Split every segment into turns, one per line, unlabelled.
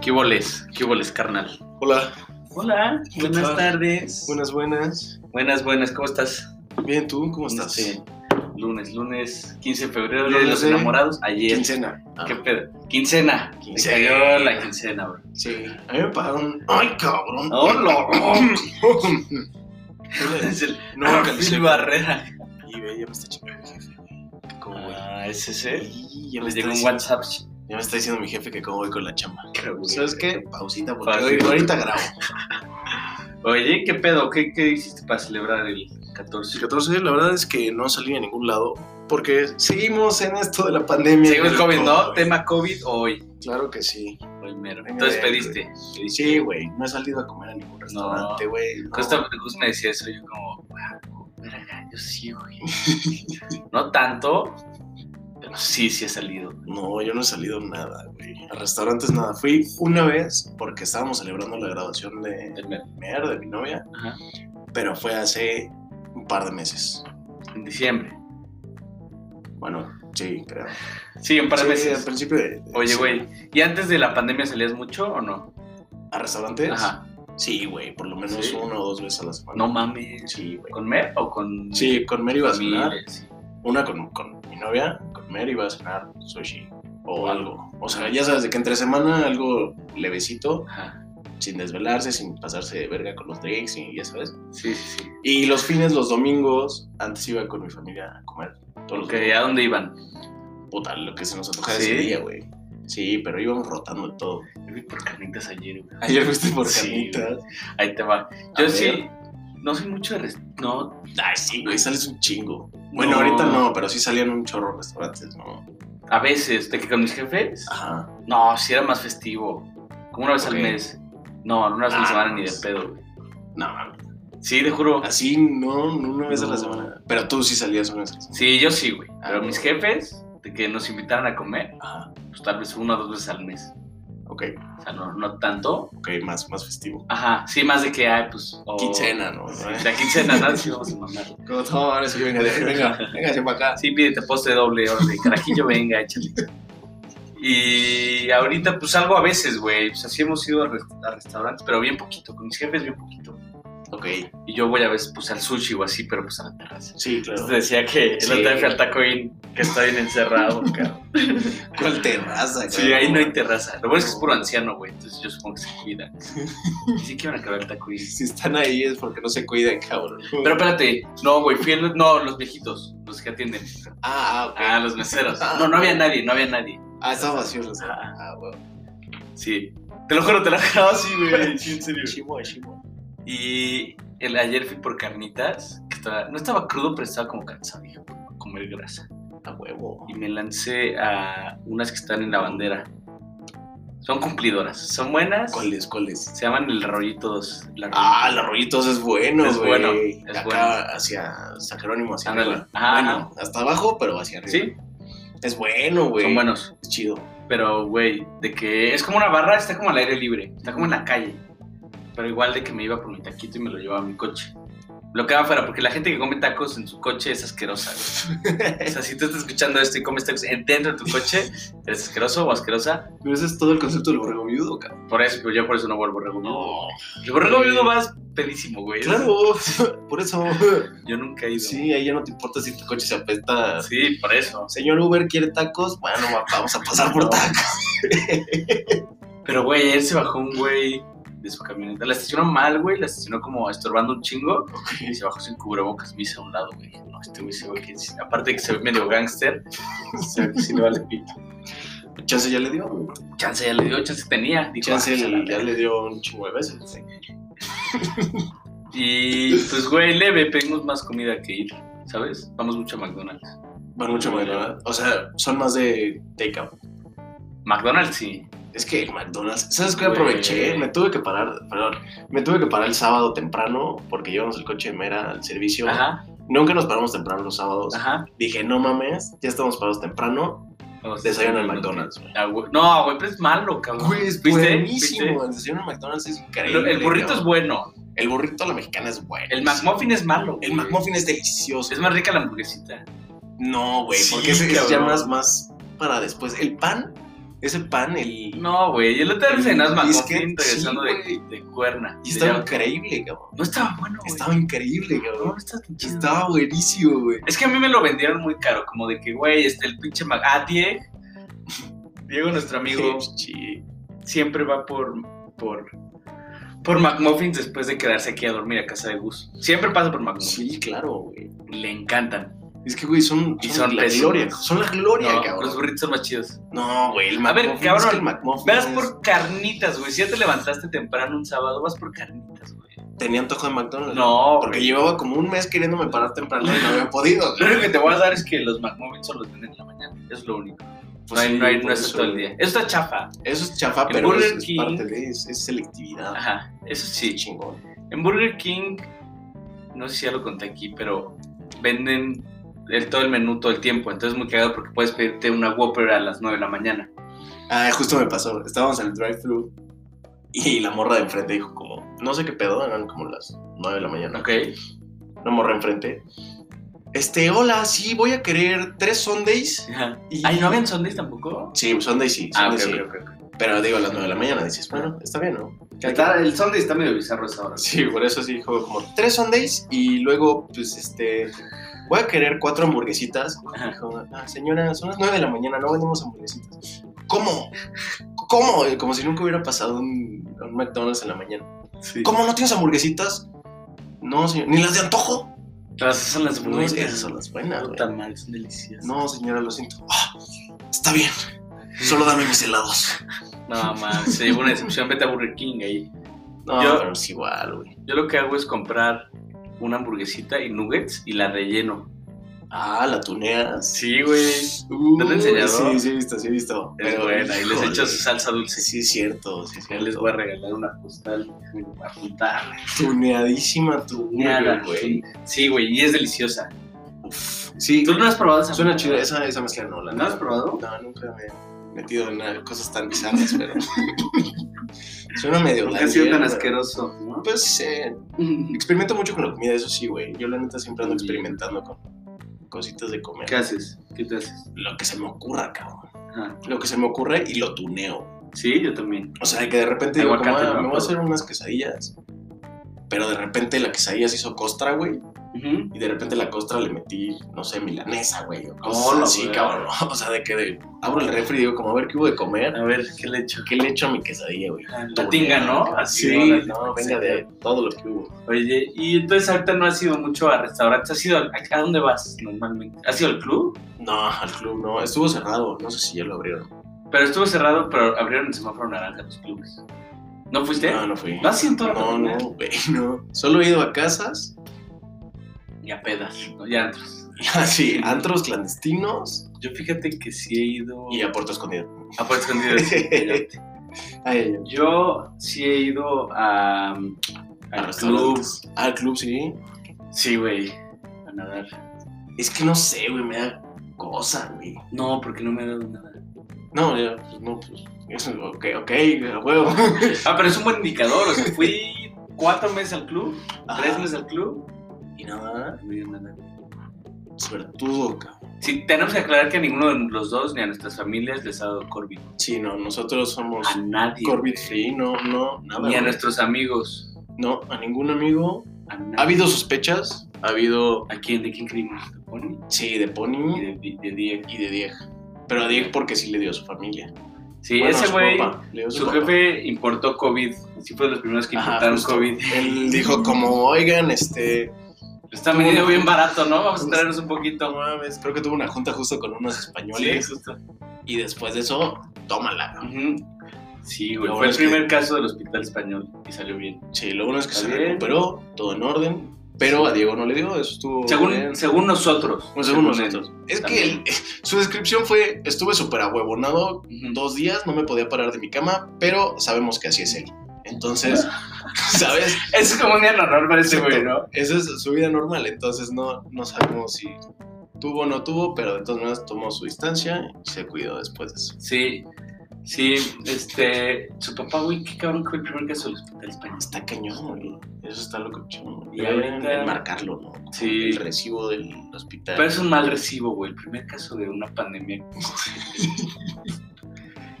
¿Qué boles? ¿Qué boles, carnal?
Hola,
Hola, buenas
tal?
tardes.
buenas, buenas.
Buenas, buenas, ¿cómo estás?
Bien, ¿tú cómo estás?
Sí. Lunes, lunes, 15 de febrero,
Día
Día de
de
los
la-
enamorados, ayer.
Quincena.
¿Qué pedo? Quincena.
Quincena.
Me cayó la quincena, bro.
Sí. A mí me pagaron. ¡Ay, cabrón!
Hola.
Hola.
Es el
No,
no,
Calice.
Barrera.
Y ve, ya me está chingando mi jefe. güey. ¿Cómo voy?
Ah, ese es él.
Y ya, me
Les
está
llegó un
diciendo-
WhatsApp.
ya me está diciendo mi jefe que cómo voy con la chamba.
güey.
¿Sabes qué? Pausita, porque
Pausa.
hoy- ahorita grabo.
Oye, ¿qué pedo? ¿Qué, ¿Qué hiciste para celebrar el
El
14?
14, la verdad es que no salí a ningún lado porque seguimos en esto de la pandemia.
Seguimos
del
COVID, ¿no?
COVID.
Tema COVID hoy.
Claro que sí.
Hoy mero.
Venga,
Entonces
güey.
pediste. pediste.
Sí, güey. No he salido a comer a ningún restaurante, güey. no.
Justo, justo me decía eso, yo como, "Guau, verga, yo sí, güey. no tanto, pero sí, sí he salido.
No, yo no he salido nada, güey. A restaurantes nada. Fui una vez porque estábamos celebrando la graduación de Mer, de mi novia,
Ajá.
pero fue hace un par de meses.
En diciembre.
Bueno, sí, creo.
Sí, un par de
Sí, Al
meses.
principio de. de-
Oye,
sí.
güey, ¿y antes de la pandemia salías mucho o no?
¿A restaurantes?
Ajá.
Sí, güey, por lo menos
Sí.
una o dos veces a la semana.
No mames.
Sí, güey.
¿Con Mer o con
Sí, con Mer iba a cenar.
familia? Sí.
Una con, con mi novia, con Mer iba a cenar sushi o algo. O sea, ya sabes, de que entre semana algo levecito,
Ajá.
sin desvelarse, sin pasarse de verga con los drinks y ya sabes.
Sí, sí, sí.
Y los fines, los domingos, antes iba con mi familia a comer. Todos los
Ok, ¿a dónde iban?
domingos. Puta, lo que se nos antoja
¿Sí?
ese día, güey. Sí, pero íbamos rotando todo.
Yo fui por carnitas ayer, güey.
Ayer fuiste por
Sí,
carnitas.
Ahí te va. Yo
A
sí,
ver.
no soy mucho de... res- No,
Ay, sí, güey, sales un chingo. Bueno,
No.
ahorita no, pero sí salían un chorro de restaurantes, ¿no?
a veces, de que con mis jefes...
Ajá.
No, si era más festivo. Como una vez
Ok.
al mes. No, una vez a la
Ah,
semana ni de
pues. Ah,
pedo, güey.
No, mames.
Sí, te juro.
así no, no una vez a la
No.
semana. Pero tú sí salías una vez a la semana.
Sí, yo sí, güey.
Ah,
Pero
no.
mis jefes, de que nos invitaran a comer,
Ajá.
pues tal vez una o dos veces al mes.
Ok,
O sea, no, no tanto.
ok, más, más festivo.
Ajá, sí, más de que, ay, pues. o-
Quincena, ¿no?
Sí, la quincena, ¿no? Sí, vamos a mamar.
Como todo, ahora sí, venga, venga, venga, para acá.
Sí, pídete poste doble, órale, carajillo, venga, échale. Y ahorita, pues salgo a veces, güey. Pues así hemos ido a, rest- a restaurantes, pero bien poquito. Con mis jefes, bien poquito.
Ok,
Y yo voy a veces, pues al sushi o así, pero pues a la terraza.
sí, claro.
Entonces decía que el
Sí.
otro día fui al Taco Inn, que está bien encerrado, cabrón.
¿Cuál terraza,
Sí, ahí no hay terraza. Lo bueno es que es puro anciano, güey. Entonces yo supongo que se cuidan. Sí que van a acabar el Taco Inn.
Si están ahí es porque no se cuidan, cabrón.
Pero espérate, no, güey, fui al- No, los viejitos, los que atienden.
Ah,
Ah,
ah, ok.
los meseros. No, no había nadie, no había nadie.
Ah, estaba vacío. o sea.
Ah,
Ah, bueno.
sí. Te lo juro, te lo juro, sí, güey. Sí, en serio.
Shimo, shimo.
Y el, ayer fui por carnitas, que estaba, no estaba crudo, pero estaba como cansado, dije, "Voy a comer grasa.
A huevo.
y me lancé a unas que están en la bandera. Son cumplidoras, son buenas.
¿Cuáles, cuáles?
Se llaman el rollito 2. la
Ah,
rollito.
la rollitos es bueno,
Es
güey.
bueno, es
Acá
bueno.
hacia San Jerónimo, hacia
Ándale.
arriba.
Ajá,
bueno, hasta abajo, pero hacia arriba.
Sí,
Es bueno, güey.
son buenos.
Es chido.
Pero, güey, de que es como una barra, está como al aire libre, está como en la calle. Pero igual de que me iba por mi taquito y me lo llevaba a mi coche. Lo que afuera, porque la gente que come tacos en su coche es asquerosa. güey. o sea, si tú estás escuchando esto y comes tacos dentro de tu coche, eres asqueroso o asquerosa.
Pero ese es todo el concepto del borrego viudo, cabrón.
Por eso, yo por eso no vuelvo borrego viudo.
No.
El borrego viudo vas pedísimo, güey.
Claro, por eso.
Yo nunca he ido.
Sí, ahí ya no te importa si tu coche se apesta.
Sí, por eso.
Señor Uber, ¿quiere tacos? Bueno, va- vamos a pasar por
No.
tacos.
Pero, güey, él se bajó un güey de su camioneta. La estacionó mal, güey. La estacionó como estorbando un chingo. Y se bajó sin cubrebocas. Me hice a un lado, güey. No, este güey se ve que... sí- Aparte de que se ve medio gángster, se ve que sí le vale pito.
Chance ya le dio, güey.
Chance ya le dio, chance tenía. Dijo,
Chance
"Ah, pues, a la
el- ya
verga".
le dio un chingo de veces.
Y, pues, güey, leve. Pedimos más comida que ir, ¿sabes? Vamos mucho a McDonald's.
Van mucho más, ¿verdad? O sea, son más de takeout.
McDonald's, sí.
Es que el McDonald's, ¿sabes qué
Güey.
aproveché? Me tuve que parar, perdón, me tuve que parar el sábado temprano porque llevamos el coche de Mera al servicio.
Ajá,
Nunca nos paramos temprano los sábados.
ajá.
Dije, no mames, ya estamos parados temprano,
Vamos a
desayuno
hacer
en
un-
McDonald's. güey.
Ah, güey. No, güey, pero es malo, cabrón.
Güey, es
¿Viste?
buenísimo.
¿Viste?
El desayuno en McDonald's es increíble.
El burrito
cabrón.
es bueno.
El burrito a la mexicana es bueno.
El McMuffin es malo.
El
güey.
McMuffin es delicioso.
Es más rica la hamburguesita.
No, güey,
Sí,
porque ese es ya
cabrón.
más, más para después. El pan Ese pan, el.
No, güey. El otro día cenas
Biscuit,
McMuffin regresando
sí,
de, de cuerna.
Y estaba
De-
increíble, cabrón.
No estaba bueno, güey.
Estaba increíble, cabrón.
No, estaba tan chido.
Estaba buenísimo, güey.
Es que a mí me lo vendieron muy caro, como de que, güey, este, el pinche Mac... Ah, Diego. Diego, nuestro amigo,
Sí.
siempre va por, por, por McMuffins después de quedarse aquí a dormir a casa de Gus. Siempre pasa por McMuffins.
Sí, claro, güey.
Le encantan.
Es que, güey, son,
Y son
la
pésimos.
gloria. Son la gloria,
No, pues,
cabrón.
los burritos son más chidos.
No, güey, el
A ver,
McMuffin.
cabrón,
es que el McMuffin
Vas
es-
por carnitas, güey. Si ya te levantaste temprano un sábado, vas por carnitas, güey.
Tenía antojo de McDonald's.
No,
Porque
güey.
llevaba como un mes queriéndome parar temprano y no había podido.
Lo único que te voy a dar es que los McMuffins solo los venden en la mañana. Es lo único. pues, No hay, no hay, no está todo el día. Eso está chafa.
Eso es chafa,
El
pero es,
Burger
es
King.
parte de es, es selectividad.
Ajá, eso sí.
chingón.
En Burger King, no sé si ya lo conté aquí, pero venden el, todo el menú todo el tiempo. Entonces es muy cagado porque puedes pedirte una Whopper a las 9 de la mañana.
Ah, justo me pasó. Estábamos en el drive-thru y la morra de enfrente dijo como, no sé qué pedo, eran como las 9 de la mañana.
Ok.
La morra enfrente. Este, hola, sí, voy a querer tres Sundays.
Ajá.
Y...
Ay, ¿no habían Sundays tampoco?
Sí, Sundays sí,
Ah, ok,
Sundays sí.
ok, ok.
Pero digo, a las 9 de la mañana dices, bueno, está bien, ¿no?
Está- el Sunday está medio bizarro esa hora.
Sí, por eso sí dijo como tres Sundays y luego, pues, este, voy a querer cuatro hamburguesitas.
Ajá.
Dijo, ah, señora, son las nueve de la mañana, no vendemos hamburguesitas. ¿Cómo? ¿Cómo? Eh, Como si nunca hubiera pasado un, un McDonald's en la mañana.
Sí.
¿Cómo no tienes hamburguesitas? No, señor, ni las de antojo. Pues,
Las son las
No,
buenas.
esas son las buenas, Ah, güey.
Puta madre, son deliciosas.
No, señora, lo siento. Ah, está bien. Solo dame mis helados.
No, man, se llevó una decepción. Vete a Burger King ahí.
No,
Yo-
pero es igual, güey.
Yo lo que hago es comprar una hamburguesita y nuggets y la relleno.
Ah, la tuneas.
Sí, güey.
Uh,
¿No te he enseñado?
Sí, sí, he visto, sí, he visto.
Es buena. Y les
híjole.
echo su salsa dulce.
Sí, es cierto, sí, es
Ya
cierto.
les voy a regalar una postal. Apuntar.
Tuneadísima tu burger, güey.
Sí, güey, y es deliciosa.
Uf. Sí,
¿Tú no has probado esa?
suena chida esa, esa mezcla, no, la
¿No has
neta.
probado?
No, nunca me he metido en nada, cosas tan bizarras, pero... suena medio
Nunca ha sido tan
holandés, pero-
asqueroso, ¿no?
Pues, eh, experimento mucho con la comida, eso sí, güey. Yo la neta siempre ando experimentando con cositas de comer.
¿Qué haces? ¿Qué te haces?
Lo que se me ocurra, cabrón.
Ajá.
Lo que se me ocurre y lo tuneo.
Sí, yo también.
O sea, que de repente digo, como,
Aguacate,
ah,
¿no?
me voy a hacer unas quesadillas. Pero de repente la quesadilla se hizo costra, güey.
Ujú.
Y de repente la costra le metí, no sé, milanesa, güey. O
Hola,
cosas así,
güey.
cabrón. O sea, de que de- abro el refri y digo, como a ver qué hubo de comer.
A ver, ¿qué le echo?
¿Qué le echo a mi quesadilla, güey?
La tinga, ¿no? Así,
sí,
órale.
no, venga de todo lo que hubo.
Oye, y entonces ahorita no has ido mucho a restaurantes. ¿Has ido al- a, a dónde vas normalmente? ¿Has ido al club?
No, al club no. Estuvo cerrado. No sé si ya lo abrieron.
Pero estuvo cerrado, pero abrieron el semáforo naranja los clubes. ¿No fuiste?
No, no fui.
¿No has ido en toda la
No,
pandemia?
no, güey, no. Solo he ido a casas,
Y a pedas, ¿no? y a antros.
así, antros clandestinos
Yo fíjate que sí he ido
y a puerto escondido.
a Puerto Escondido. sí, fíjate.
Ay,
Yo sí he ido a,
a
al club.
restaurantes. Al club, sí.
Sí, güey. A nadar.
Es que no sé, güey, me da cosa, güey.
No, porque no me he dado nada.
No, ya, pues no, pues. Eso, ok, ok, a huevo.
Ah, pero es un buen indicador. O sea, fui cuatro meses al club,
Ajá.
tres meses al club.
Y nada,
No me dio nada.
suertudo, cabrón.
Sí, tenemos que aclarar que a ninguno de los dos ni a nuestras familias les ha dado Corbin.
Sí, no, nosotros somos
A nadie.
Corbit Free, no, no, nada.
Ah, ni a
güey.
nuestros amigos.
No, a ningún amigo.
A
Ha
nadie.
habido sospechas, ha habido,
¿A quién? ¿De quién creímos? ¿De Pony?
sí, de
Y
Pony
de, de, de Diego.
y de Dieg. Pero a Dieg porque sí le dio a su familia.
Sí,
Bueno, a
ese
su
güey.
papá, le dio a
Su
papá.
jefe importó COVID. Así fue de los primeros que
Ajá,
importaron
justo.
COVID.
Él dijo como, oigan, este,
Está vendiendo bien barato, ¿no? Vamos a traernos un
no
poquito.
mames, creo que tuvo una junta justo con unos
Sí,
españoles.
justo.
Y después de eso, tómala.
Ujú. Sí, güey.
Lo
Fue
bueno
el
es que-
primer caso del hospital español y salió bien.
Sí, lo bueno es que
Está
se
bien.
recuperó, todo en orden. Pero a Diego no le dio, eso estuvo. bien.
Según, según nosotros.
Pues según
él.
nosotros. Es que
También.
el- su descripción fue, estuve súper ahuevonado
Ujú.
dos días, no me podía parar de mi cama, pero sabemos que así es él. Entonces, ¿sabes?
Eso es como un día normal para ese
Exacto.
güey, ¿no?
Esa es su vida normal, entonces no, no sabemos si tuvo o no tuvo, pero de todas maneras tomó su distancia y se cuidó después de eso.
Sí. Sí, este. Su papá, güey, qué cabrón que fue el primer caso del hospital español.
Está cañón, güey. Eso está loco, chingón.
Y
Deberían
ahorita-
de marcarlo, ¿no?
Sí.
El recibo del hospital.
Pero es un mal recibo, güey. El primer caso de una pandemia.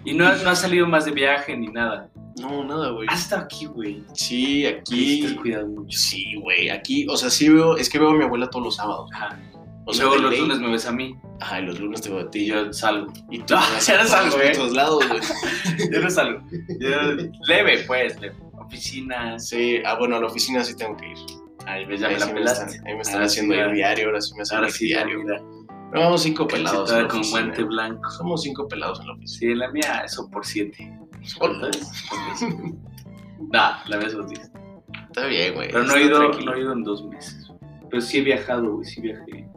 Y no, no has salido más de viaje ni nada.
No, nada, güey.
Has estado aquí, güey.
Sí,
Te has
aquí.
cuidado mucho.
Sí, güey, aquí. O sea, sí veo, es que veo a mi abuela todos los sábados.
Ajá.
O
y
sea,
luego
de
los
ley.
lunes me ves a mí
Ajá, y los lunes te veo a ti.
y yo salgo.
Y tú
No,
me vas
ya
a
eres
todos
algo, ¿eh?
los lados, güey.
Yo no salgo. Yo- leve, pues, leve. Oficinas.
Sí, ah, bueno, a la oficina sí tengo que ir.
Ay, ves, ya
ahí
me la
sí
pelaste.
están, ahí me están
Ahora
haciendo
sí,
el
ya.
diario, ahora sí me hacen
Ahora
el
sí, ya,
diario.
mira.
No, cinco pelados. en
Cachetada
la ¿eh?
con
oficina.
guante blanco.
Somos cinco pelados en la oficina.
Sí, la mía eso por siete. Nah, la mía es por diez.
Está bien, güey.
Pero no
está
he, ido,
tranquilo.
no he ido en dos meses. Pero sí he viajado, güey, sí viajé.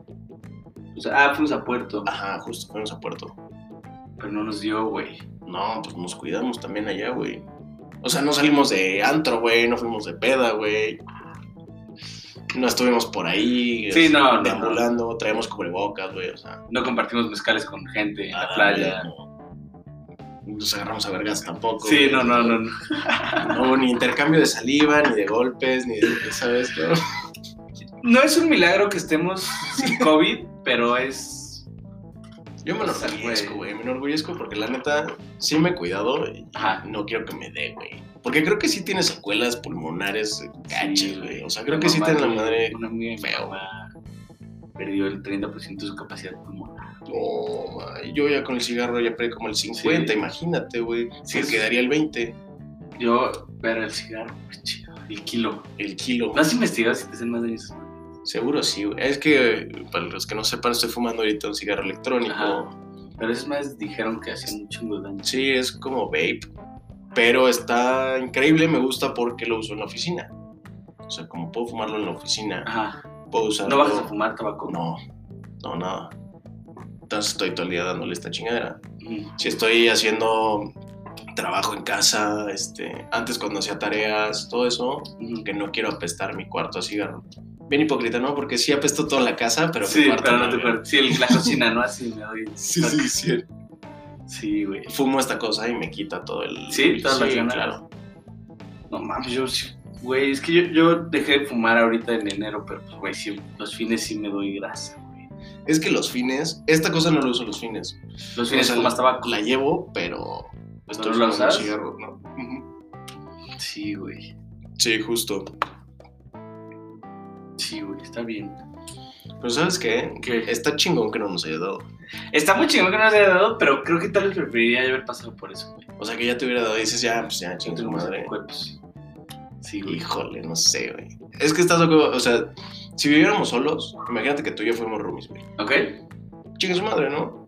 O sea, ah, fuimos a Puerto,
Ajá, justo fuimos a Puerto.
pero no nos dio, güey.
No, pues nos cuidamos también allá, güey. O sea, no salimos de antro, güey, no fuimos de peda, güey. No estuvimos por ahí.
Sí, no, no,
Deambulando, traemos cubrebocas, güey, o sea.
No compartimos mezcales con gente en la
nada,
playa.
güey, no. No Nos agarramos a vergas tampoco.
Sí,
güey.
no, no, no, no.
No hubo ni intercambio de saliva, ni de golpes, ni de, ¿sabes? No.
No es un milagro que estemos sin COVID, pero es.
Yo me
O sea,
enorgullezco,
güey.
güey. Me enorgullezco porque la neta sí me he cuidado y
Ajá.
no quiero que me dé, güey. Porque creo que sí tiene secuelas pulmonares
Sí,
gachas, güey. O sea, creo que sí tiene la
mamá,
madre.
Una amiga de mi
feo.
mamá perdió el 30% de su capacidad pulmonar.
No, ma, Oh, yo ya con el cigarro ya perdí como el 50,
Sí.
imagínate, güey.
Sí,
Se
sí.
quedaría el 20,
Yo, pero el cigarro, pues chido. El kilo.
el kilo.
¿No has investigado si te hacen más daño esas madres?
Seguro sí, güey. Es que, para los que no sepan, estoy fumando ahorita un cigarro electrónico.
Ajá. Pero esas madres dijeron que hacían un chingo de daño.
Sí, es como vape. Pero está increíble, me gusta porque lo uso en la oficina. O sea, como puedo fumarlo en la oficina,
Ajá.
puedo usarlo.
¿No bajas a fumar tabaco?
No, no, nada. Entonces estoy todo el día dándole esta chingadera.
Mm.
Si estoy haciendo trabajo en casa, este, antes cuando hacía tareas, todo eso,
Mm.
que no quiero apestar mi cuarto a cigarro. Bien hipócrita, ¿no? Porque sí apesto toda la casa, pero mi
sí,
cuarto
pero no te
güey.
acuerdas. Sí, el- la cocina, ¿no? Así me doy.
Sí, sí, sí.
Sí, güey.
Fumo esta cosa y me quita todo el...
Sí, todas las ganas.
claro.
No mames, yo sí. Güey, es que yo, yo dejé de fumar ahorita en enero, pero pues, güey, sí, los fines sí me doy grasa, güey.
Es que los fines, esta cosa no la uso los fines.
Los fines
O sea,
fumas tabaco.
La llevo, pero... pues,
¿Pero
estoy
la
fumando
usas?
cigarro, ¿no? Ujú.
Sí, güey.
Sí, justo.
Sí, güey, está bien.
Pero ¿sabes qué?
¿Qué?
Está chingón que no nos haya dado.
Está muy chingón que no haya dado, pero creo que tal vez preferiría haber pasado por eso, güey.
O sea, que ya te hubiera dado y dices, ya, pues ya,
Yo
chingue su
tengo más
madre.
cuerpos. Sí, güey.
Híjole, no sé, güey. Es que estás loco, o sea, si viviéramos solos, imagínate que tú y yo fuimos roomies, güey.
¿Ok?
Chingue su madre, ¿no?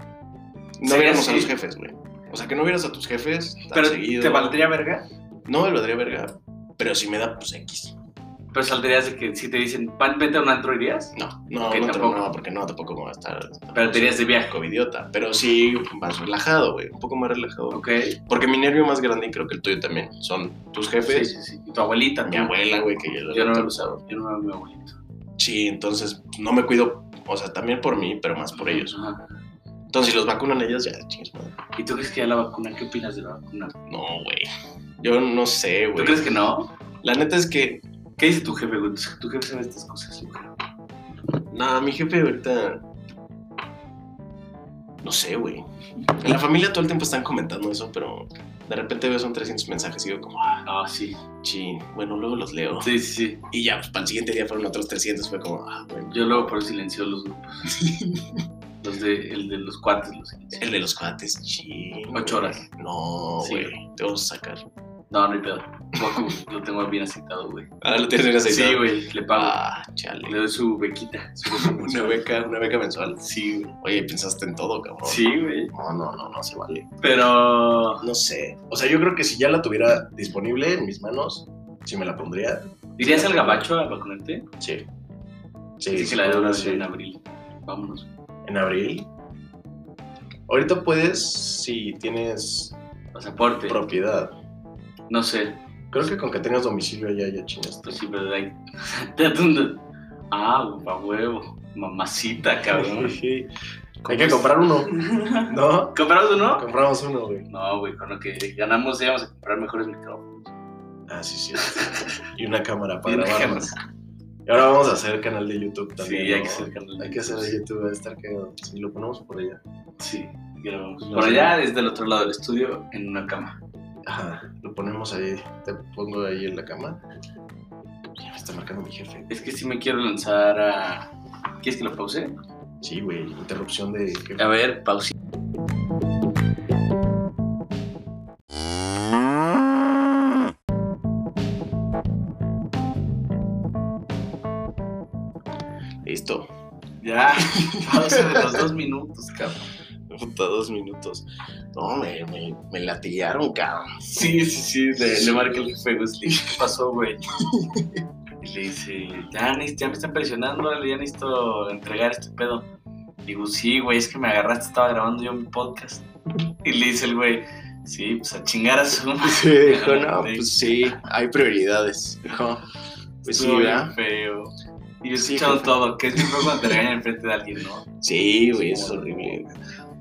No
Sí,
viéramos a
sí.
los jefes, güey. O sea, que no vieras a tus jefes tan
Pero
seguido.
te valdría verga,
No me valdría verga, pero si me da, pues, X.
pero saldrías de que si te dicen, "Van, vete a un antro, irías.
No, no,
Ok,
no, te-
tampoco.
no, porque no, tampoco me va a estar...
Pero te irías de viaje.
Covidiota, pero sí más relajado, güey, un poco más relajado.
¿Ok?
Porque mi nervio más grande, y creo que el tuyo también, son tus
Sí,
jefes,
sí, sí. Y tu abuelita,
mi
¿no?
abuela, güey, que yo, la
Yo no
neta,
lo usaba, yo no veo a mi abuelito.
Sí, entonces pues, no me cuido, o sea, también por mí, pero más por ellos.
Ajá.
Entonces, si los vacunan ellos, ya, chingas madre.
¿Y tú crees que ya la vacuna? ¿Qué opinas de la vacuna?
No, güey. Yo no sé,
¿Tú
güey.
crees que no?
La neta es que,
¿Qué dice tu jefe, güey? Tu jefe sabe estas cosas, yo creo.
nada, mi jefe ahorita. No sé, güey. En la familia todo el tiempo están comentando eso, pero de repente veo son 300 mensajes y digo, como, ah,
Ah, sí.
ching, bueno, luego los leo.
Sí, sí, sí.
Y ya, pues para el siguiente día fueron otros 300, fue como, ah, bueno.
Yo luego por eso silencio los grupos. Los de, el de los cuates los silencio.
El de los cuates, ching.
Ocho
güey.
horas.
No,
Sí,
güey. Te vamos a sacar.
No, no hay pedo. Goku, lo tengo bien aceitado, güey.
Ah, lo tienes bien aceitado.
Sí, güey, le pago.
Ah, chale.
Le doy su bequita. su
Una
beca.
beca, una beca mensual. Sí, güey. Oye, pensaste en todo, cabrón.
Sí, güey.
No, no, no, no se vale.
Pero
No sé. O sea, yo creo que si ya la tuviera disponible en mis manos, sí me la pondría.
¿Dirías al gabacho a vacunarte?
Sí.
Dice que la
sí,
deuda
sí.
en abril. Vámonos.
En abril. Ahorita puedes si tienes
Pasaporte.
propiedad.
No sé.
Creo que con que tengas domicilio allá ya chingaste.
Pues sí, pero de ahí. Te atundo. Ah, pa huevo. Mamacita, cabrón.
Hay que comprar uno, ¿no?
¿Compramos uno?
Compramos uno, güey.
No, güey, con lo que ganamos ya vamos a comprar mejores micrófonos.
Ah, sí, sí. Y una cámara
Y
para
una
grabarnos. Y ahora vamos a hacer canal de YouTube también.
sí, hay
¿no?
que ser canal. de
Hay que hacer
YouTube.
de YouTube, va a estar cagado. Si lo ponemos por allá.
Sí. grabamos.
No
Por
sé.
allá, desde el otro lado del estudio, en una cama.
Ajá, lo ponemos ahí. Te pongo ahí en la cama. Ya me está marcando mi jefe.
Es que si me quiero lanzar a. ¿Quieres que lo pause?
Sí, güey, interrupción de jefe.
A ver, pausa.
Listo.
Ya, pausa de los dos minutos, cabrón.
Puta, dos minutos. No, me, me, me latillaron, cabrón.
Sí, sí, sí, le, le marca el jefe Gusli. ¿Qué pasó, güey? Y le dice, ya, ne- ya me están presionando, órale, ya necesito entregar este pedo. Digo, sí, güey, es que me agarraste, estaba grabando yo un podcast. Y le dice el güey, sí, pues a chingar a su madre.
Sí, dijo, no, pues sí, hay prioridades. Dijo, pues sí,
Estuvo bien
¿verdad?
feo. Y yo
Sí,
escuchando
jefe.
todo, que es bien feo cuando te regañan enfrente de alguien, ¿no?
Sí, güey, es horrible.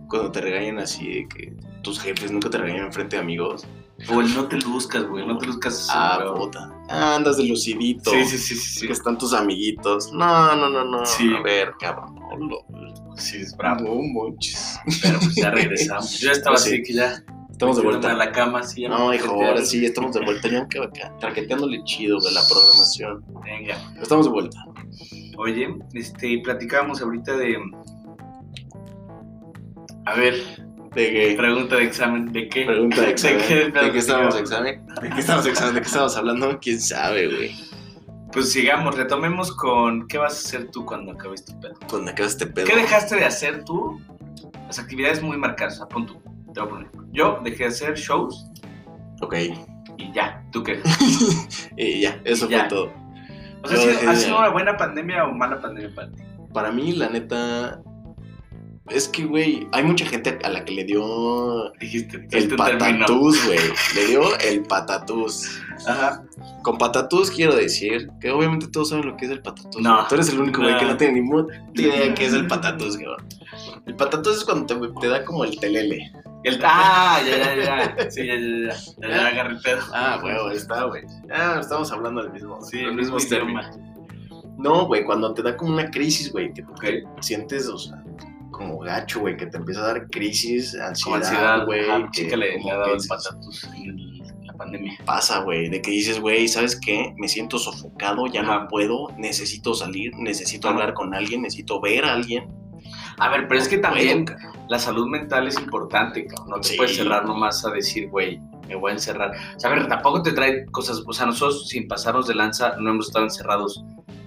Cuando te regañan así de que tus jefes nunca te regañan enfrente de amigos.
O el no te luzcas, güey, no te luzcas.
ah,
güey.
puta. Ah, andas de lucidito.
Sí, sí, sí, sí, sí.
Que están tus amiguitos. No, no, no, no.
Sí.
A ver, cabrón. Hola. Pues
Sí, es bravo.
No manches.
Pero pues ya regresamos. Yo ya estaba
Pues Sí.
así que ya.
Estamos de
Meterme
vuelta.
a la cama, sí. ya
No,
me
hijo,
metí a-
ahora sí, estamos de vuelta. Ya que acá, traqueteándole chido de la programación.
Venga.
Estamos de vuelta.
Oye, este, platicábamos ahorita de... A ver,
De que.
pregunta de examen, ¿de qué?
Pregunta de
¿De
examen.
qué
¿De qué estábamos
platicábamos?
examen? ¿De qué estábamos examen? ¿De qué estábamos hablando? ¿Quién sabe, güey?
Pues sigamos, retomemos con qué vas a hacer tú cuando acabes tu pedo.
Cuando acabas este pedo.
¿Qué dejaste de hacer tú? Las actividades muy marcadas, a punto. Te voy a poner. Yo dejé de hacer shows
Ok.
y ya, ¿tú qué?
Y ya, eso
Y ya.
fue todo.
O sea, ¿ha
Yo
sido-
dejé
¿ha
de-
sido una buena pandemia o mala pandemia para ti?
Para mí, la neta. Es que, güey, hay mucha gente a la que le dio
Dijiste,
el
este término.
patatús, güey. Le dio el patatús.
Ajá.
Con patatús quiero decir que obviamente todos saben lo que es el patatús.
No.
güey. Tú eres el único güey
No.
que no tiene ni puta idea qué es el patatús, güey. El patatús es cuando te, te da como el telele.
El- ah, ya, ya, ya, ya. Sí, ya, ya, ya. Ya, ya agarré el pedo.
Ah, güey, ahí está, güey. Ah, estamos hablando del mismo.
Sí,
del
el mismo
término.
idioma.
No, güey, cuando te da como una crisis, güey, que tú
Ok.
sientes, o sea, como gacho, güey, que te empieza a dar crisis,
Con
ansiedad,
ansiedad,
güey.
güey.
que
chica le, le
como
ha dado el
que
patatus en la pandemia.
pasa, güey, de que dices, güey, ¿sabes qué? Me siento sofocado, ya no
Ajá.
puedo, necesito salir, necesito
Ajá.
hablar con alguien, necesito ver a alguien.
A ver, pero es que también
Güey,
la salud mental es importante, cabrón. No te
Sí.
puedes cerrar nomás a decir, güey, me voy a encerrar. O sea, a ver, tampoco te trae cosas. O sea, nosotros sin pasarnos de lanza no hemos estado encerrados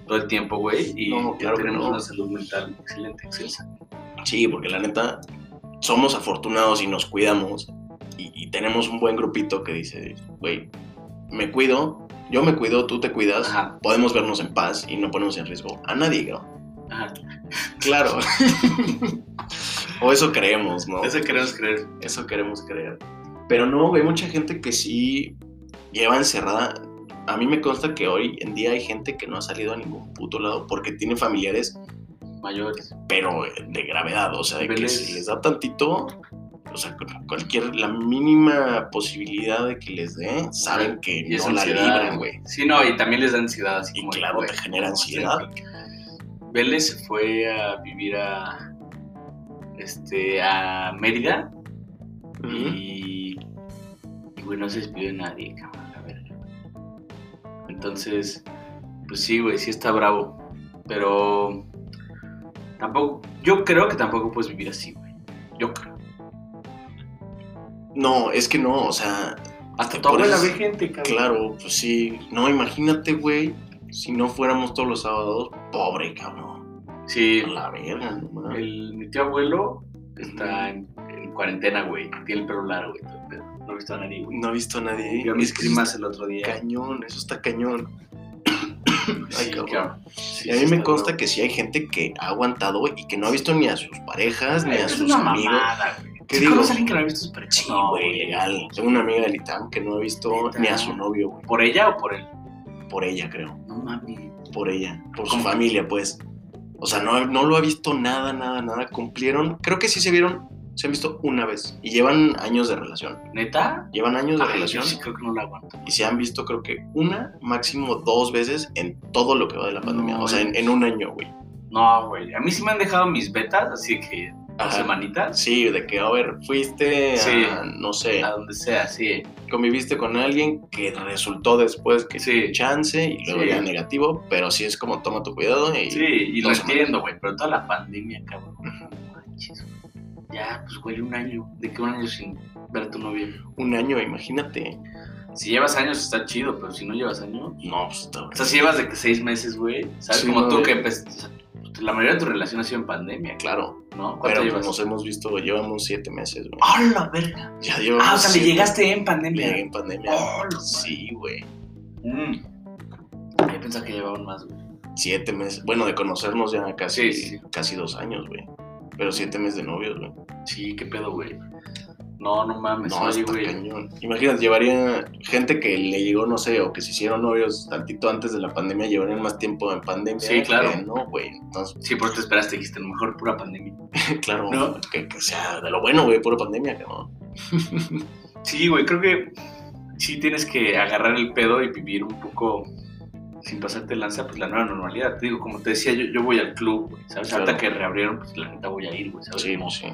todo el tiempo, güey. Y
No, claro que
tenemos
no.
una salud mental excelente, excelsa.
Sí, porque la neta, somos afortunados y nos cuidamos. Y, y tenemos un buen grupito que dice, güey, me cuido, yo me cuido, tú te cuidas,
Ajá.
podemos vernos en paz y no ponemos en riesgo a nadie, ¿no?
Ajá.
Claro. o eso creemos, ¿no?
Eso queremos creer.
Eso queremos creer. Pero no, hay mucha gente que sí lleva encerrada. A mí me consta que hoy en día hay gente que no ha salido a ningún puto lado porque tiene familiares,
Mayores.
pero eh, de gravedad. O sea, de que
Niveles.
si les da tantito, o sea, cu- cualquier, la mínima posibilidad de que les dé, saben que
Y es
no la
ansiedad,
libran, güey.
Sí, no, y también les da ansiedad. Así
Y
como,
claro,
güey,
te genera
¿cómo estoy
ansiedad.
Vélez se fue a vivir a este a Mérida y, y, güey no se despidió de nadie, cabrón, la verga. Entonces, pues sí, güey, sí está bravo, pero tampoco yo creo que tampoco puedes vivir así, güey. Yo creo.
No, es que no, o sea,
Hasta tu
Por
abuela
eso-
ve gente, cabrón.
Claro, pues sí. No, imagínate, güey, si no fuéramos todos los sábados, pobre cabrón.
Sí,
A La verga, no mames.
el, mi tío abuelo está en, en cuarentena, güey. Tiene el pelo largo, güey. todo el pedo. No he visto a nadie, güey.
No he visto a nadie. ¿eh?
Yo a mis
Es que
primas
eso
el otro
está
día.
Cañón, eso está cañón. Ay,
Sí,
cabrón.
cabrón. Sí,
y a mí
sí
me
está
consta
bravo.
que sí hay gente que ha aguantado y que no ha visto ni a sus parejas, ni a
pues, Es
sus
una
amigos.
mamada, güey.
¿Qué
¿Sí
digo?
conoces a alguien que no ha visto sus parejas?
Sí,
No,
güey, legal. Tengo una amiga del ITAM que no ha visto
Neta.
ni a su novio, güey.
¿Por ella o por él?
Por ella, creo.
No mames.
por ella, por su
¿Cómo?
familia, pues. O sea, no, no lo ha visto nada, nada, nada. Cumplieron, creo que sí se vieron, se han visto una vez. Y llevan años de relación.
¿Neta?
Llevan años de
Ay, yo
relación
sí creo que no la aguanto.
y se han visto, creo que una, máximo dos veces en todo lo que va de la pandemia.
No, pues.
o sea, en, en un año, güey.
No, güey. A mí sí me han dejado mis betas, así que ¿Dos
Ajá.
semanitas?
Sí, de que, a ver, fuiste a,
Sí.
no sé,
A donde sea, sí.
conviviste con alguien que resultó después que
Sí.
sí. chance y luego
Sí.
ya negativo, pero sí es como toma tu cuidado y
Sí, y lo
dos semanas.
entiendo, güey, pero toda la pandemia, cabrón. no manches, güey. Ya, pues, güey, un año. ¿De qué un año sin ver a tu novia?
un año, imagínate.
Si llevas años está chido, pero si no llevas años.
No, pues, está-
O sea, si llevas de que seis meses, güey. ¿Sabes?
Sí,
Como
no,
tú
de-
que empezaste. o sea, pues, la mayoría de tu relación ha sido en pandemia,
claro,
¿no? ¿Cuánto
pero
llevas?
nos hemos visto, llevamos siete meses, güey.
¡Ah, la verga!
Ya llevamos
Ah, o sea, le
siete-
llegaste en
Llegué
pandemia.
en pandemia.
Oh, la
sí, güey.
Mm. Yo pensaba que llevaban más, güey.
Siete meses. Bueno, de conocernos ya
Sí,
casi,
sí, sí.
casi dos años, güey. Pero siete meses de novios, güey.
Sí, qué pedo, güey. No, no mames,
No,
oye,
está
Pues güey.
cañón. Imagínate, llevaría gente que le llegó, no sé, o que se hicieron novios tantito antes de la pandemia, llevarían más tiempo en pandemia.
Sí, claro.
que no, güey. Entonces,
Sí, por eso te esperaste, dijiste, a lo mejor pura pandemia.
claro,
No.
que, que sea de lo bueno, güey, puro pandemia, cabrón.
Sí, güey, creo que sí tienes que agarrar el pedo y vivir un poco sin pasarte de lanza, pues la nueva normalidad. Te digo, como te decía, yo, yo voy al club, güey, ¿sabes?
Claro.
Hasta que reabrieron, pues la neta voy a ir, güey, ¿sabes?
Sí,
Como
sí.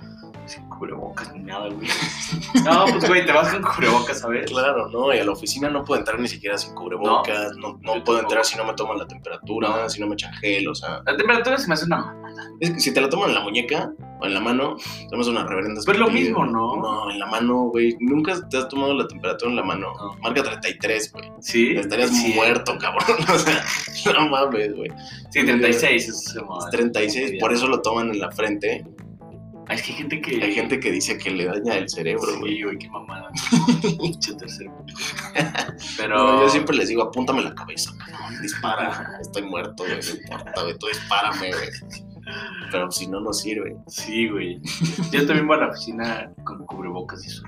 sin cubrebocas ni nada, güey. No, pues güey, te vas con cubrebocas, ¿sabes?
Claro, no, y a la oficina no puedo entrar ni siquiera sin cubrebocas, no, no,
Yo
puedo
tampoco.
entrar si no me toman la temperatura, si no me echan gel, o sea,
La temperatura se me hace una mamá.
es que si te la toman en la muñeca o en la mano, tomas una
Pero
reverenda.
es pues, lo
estupidez,
mismo, ¿no?
No, en la mano, güey, nunca te has tomado la temperatura en la mano,
No.
marca 33, güey.
Sí.
Estarías
Sí.
muerto, cabrón. O sea, no mames, güey.
Sí, 36 es como.
Es 36, por eso lo toman en la frente.
Ah, es que hay gente que.
Hay gente que dice que le daña el cerebro, güey.
Sí, güey, qué mamada. Pinche tercer mundo. Pero.
Pero yo siempre les digo, apúntame la cabeza, cabrón, dispara. Estoy muerto, güey, no importa, güey, tú dispárame, güey. Pero si no, no sirve.
Sí, güey. Yo también voy a la oficina con cubrebocas y eso.